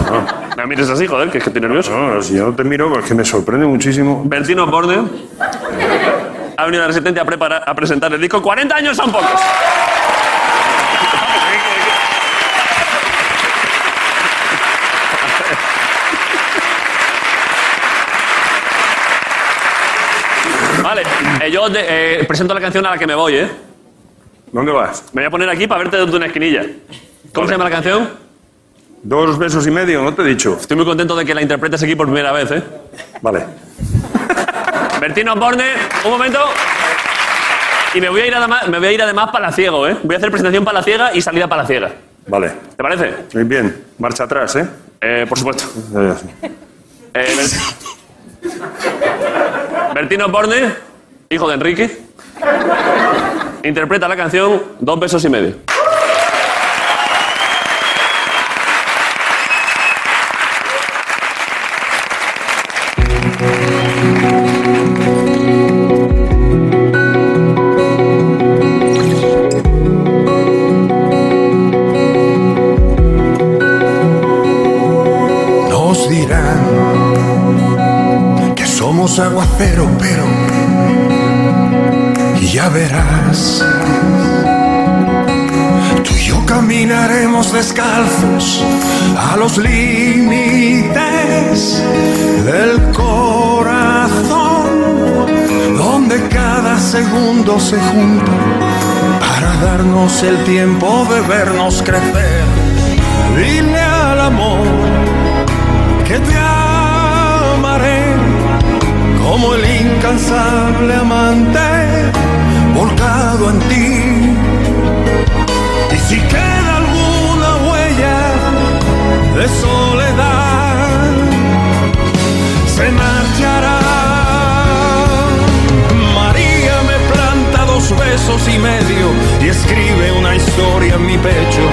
No, me mires así, joder, que es que estoy nervioso.
No, si yo no te miro, es que me sorprende muchísimo.
Bertino Borne ha venido la Resistencia a, preparar- a presentar el disco 40 años son pocos. Vale, eh, yo de- eh, presento la canción a la que me voy, ¿eh?
¿Dónde vas?
Me voy a poner aquí para verte desde una esquinilla. ¿Cómo se llama la canción?
Dos besos y medio, no te he dicho.
Estoy muy contento de que la interpretes aquí por primera vez, ¿eh?
Vale.
Bertino Borne, un momento. Y me voy a ir además, me voy a ir además palaciego, ¿eh? Voy a hacer presentación palaciega y salida palaciega.
Vale.
¿Te parece?
Muy bien. Marcha atrás, ¿eh?
Eh, por supuesto.
Eh,
Eh, Bert- Bertino Borne, hijo de Enrique, interpreta la canción Dos besos y medio.
Nos dirán que somos aguacero, pero ya verás. Tú y yo caminaremos descalzos a los límites del corazón, donde cada segundo se junta para darnos el tiempo de vernos crecer.
Dile al amor que te amaré como el incansable amante volcado en ti. Y si queda alguna huella de soledad, se marchará. María me planta dos besos y medio y escribe una historia en mi pecho.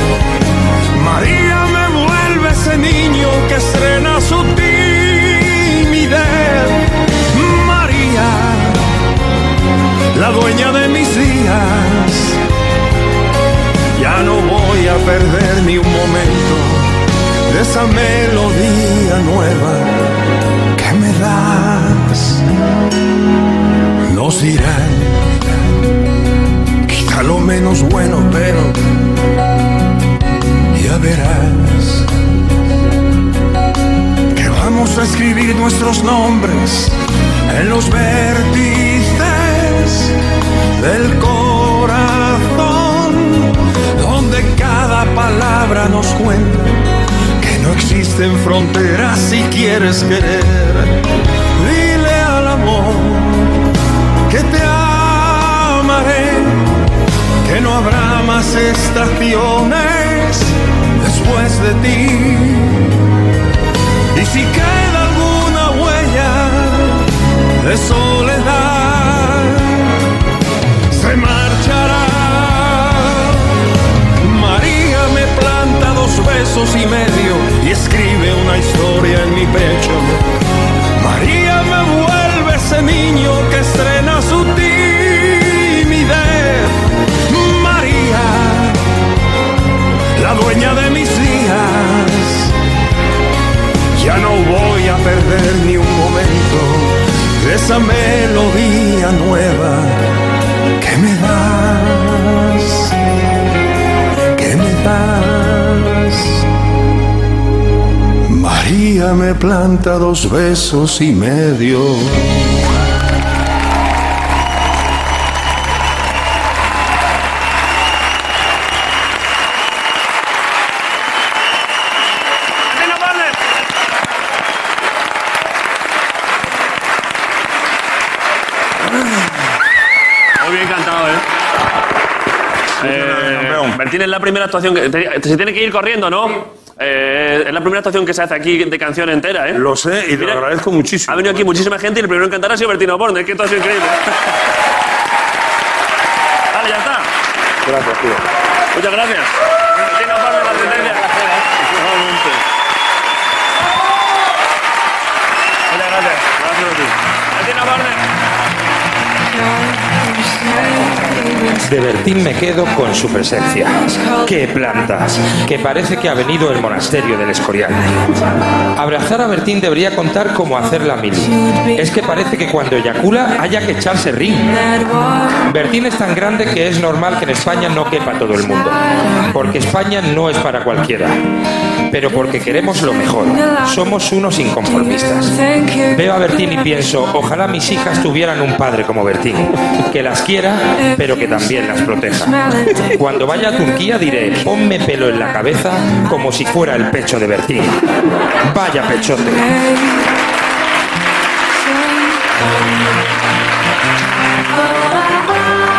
María me vuelve ese niño que estrena su timidez. María, la dueña de mis días. Ya no voy a perder ni un momento de esa melodía nueva que me das. Nos dirán, quizá lo menos bueno, pero ya verás que vamos a escribir nuestros nombres en los vértices del corazón, donde cada palabra nos cuenta que no existen fronteras si quieres querer. Dile al amor que te amaré, que no habrá más estaciones después de ti. Y si queda alguna huella de soledad, se marchará. María me planta dos besos y medio y escribe una historia en mi pecho. María me vuelve ese niño que estrena su timidez. María, la dueña de mis días. Ya no voy a perder ni un momento de esa melodía nueva que me das. Que me das. María me planta dos besos y medio.
Muy bien cantado, ¿eh? Eh, Bertín, es la primera actuación que... te- se tiene que ir corriendo, ¿no? Eh, es la primera actuación que se hace aquí de canción entera, ¿eh?
Lo sé y te lo
Mira,
agradezco muchísimo.
Ha venido aquí muchísima gente y el primero en cantar ha sido Bertino Borne. Es que esto ha sido increíble. vale, ya está.
Gracias, tío.
Muchas gracias. Bertino Borne, la sentencia. Nuevamente. Muchas gracias. Gracias a ti. Bertino Borne.
De Bertín me quedo con su presencia. ¡Qué plantas! Que parece que ha venido el monasterio del Escorial. Abrazar a Bertín debería contar cómo hacer la mili. Es que parece que cuando eyacula haya que echarse ring. Bertín es tan grande que es normal que en España no quepa todo el mundo. Porque España no es para cualquiera. Pero porque queremos lo mejor. Somos unos inconformistas. Veo a Bertín y pienso, ojalá mis hijas tuvieran un padre como Bertín, que las quiera, pero que también las proteja. Cuando vaya a Turquía diré, ponme pelo en la cabeza como si fuera el pecho de Bertín. Vaya pechote.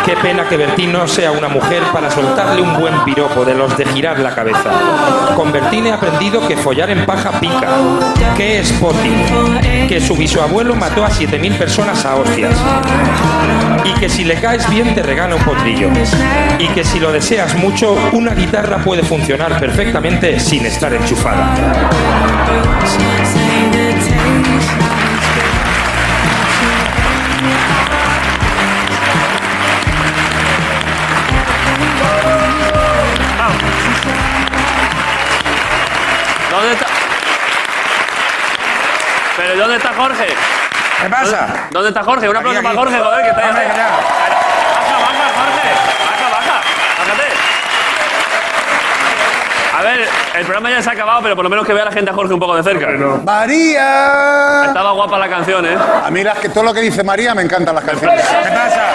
Qué pena que Bertín no sea una mujer para soltarle un buen piropo de los de girar la cabeza. Con Bertín he aprendido que follar en paja pica. Qué es potting. Que su bisabuelo mató a 7.000 personas a hostias. Y que si le caes bien te regala un potrillo. Y que si lo deseas mucho, una guitarra puede funcionar perfectamente sin estar enchufada.
¿Dónde está? ¿Pero dónde está Jorge?
¿Qué
pasa? ¿Dónde está Jorge? Un aplauso para Jorge, joder, que está ahí. Baja, baja, Jorge. Baja, baja. Bájate. A ver, el programa ya se ha acabado, pero por lo menos que vea a la gente a Jorge un poco de cerca.
María.
Estaba guapa la canción, ¿eh?
Ah,
A mí las que, todo lo que dice María me encantan las canciones.
¿Qué pasa?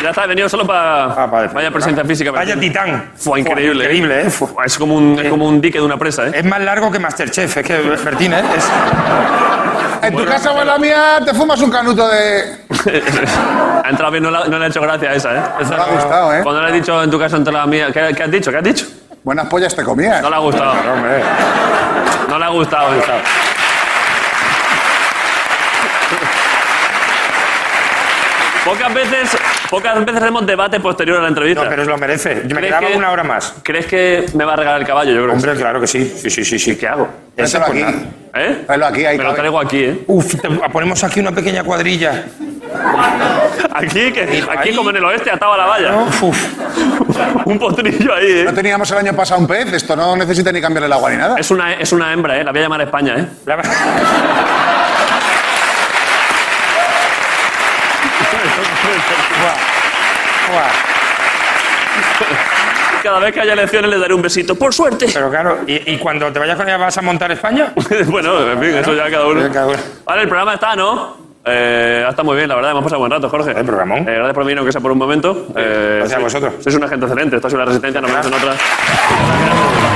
ya está, he venido solo para.
Ah,
vaya presencia física. Vaya
titán.
Fue increíble.
increíble, ¿eh?
Fua, es, como un, es como un dique de una presa, ¿eh?
Es más largo que Masterchef, es que Bertín, ¿eh? Es...
En tu casa o en la mía te fumas un canuto de...
ha entrado bien, no, la- no le ha hecho gracia esa, ¿eh? Esa-
le ha gustado, ¿eh?
Cuando le he dicho en tu casa entra la mía. ¿Qué, qué has dicho? ¿Qué has dicho?
Buenas pollas te comías.
No le ha gustado.
Hombre.
No le ha gustado esa. Pocas veces, pocas veces hacemos debate posterior a la entrevista.
No, pero lo merece. Yo me
¿Crees
quedaba
que-
una hora más.
¿Crees que me va a regalar el caballo? Yo creo
Hombre, claro que sí. Sí, sí, sí. sí.
¿Qué hago?
Esa, pues, nada.
¿Eh?
Tráelo aquí, ahí
Me lo
cabe.
traigo aquí, ¿eh?
Uf, te- ponemos aquí una pequeña cuadrilla.
Aquí, que, aquí
Ahí.
como en el oeste, atado a la valla.
¿no? Uf.
Un potrillo ahí, ¿eh?
No teníamos el año pasado un pez, esto no necesita ni cambiar el agua ni nada.
Es una, es una hembra, ¿eh? La voy a llamar a España, ¿eh?
La- Buah.
Cada vez que haya elecciones le daré un besito. ¡Por suerte!
Pero claro, ¿y, y cuando te vayas con ella vas a montar España?
bueno, en fin, eso ya cada uno.
Venga, bueno.
Vale, el programa está, ¿no? Eh, ha estado muy bien, la verdad, hemos pasado buen rato, Jorge.
El programón.
Eh, gracias por venir, aunque sea por un momento. Eh,
gracias a
sois-
vosotros.
Sois un agente excelente. Esta es la resistencia, nos vemos en otra. Muchas gracias.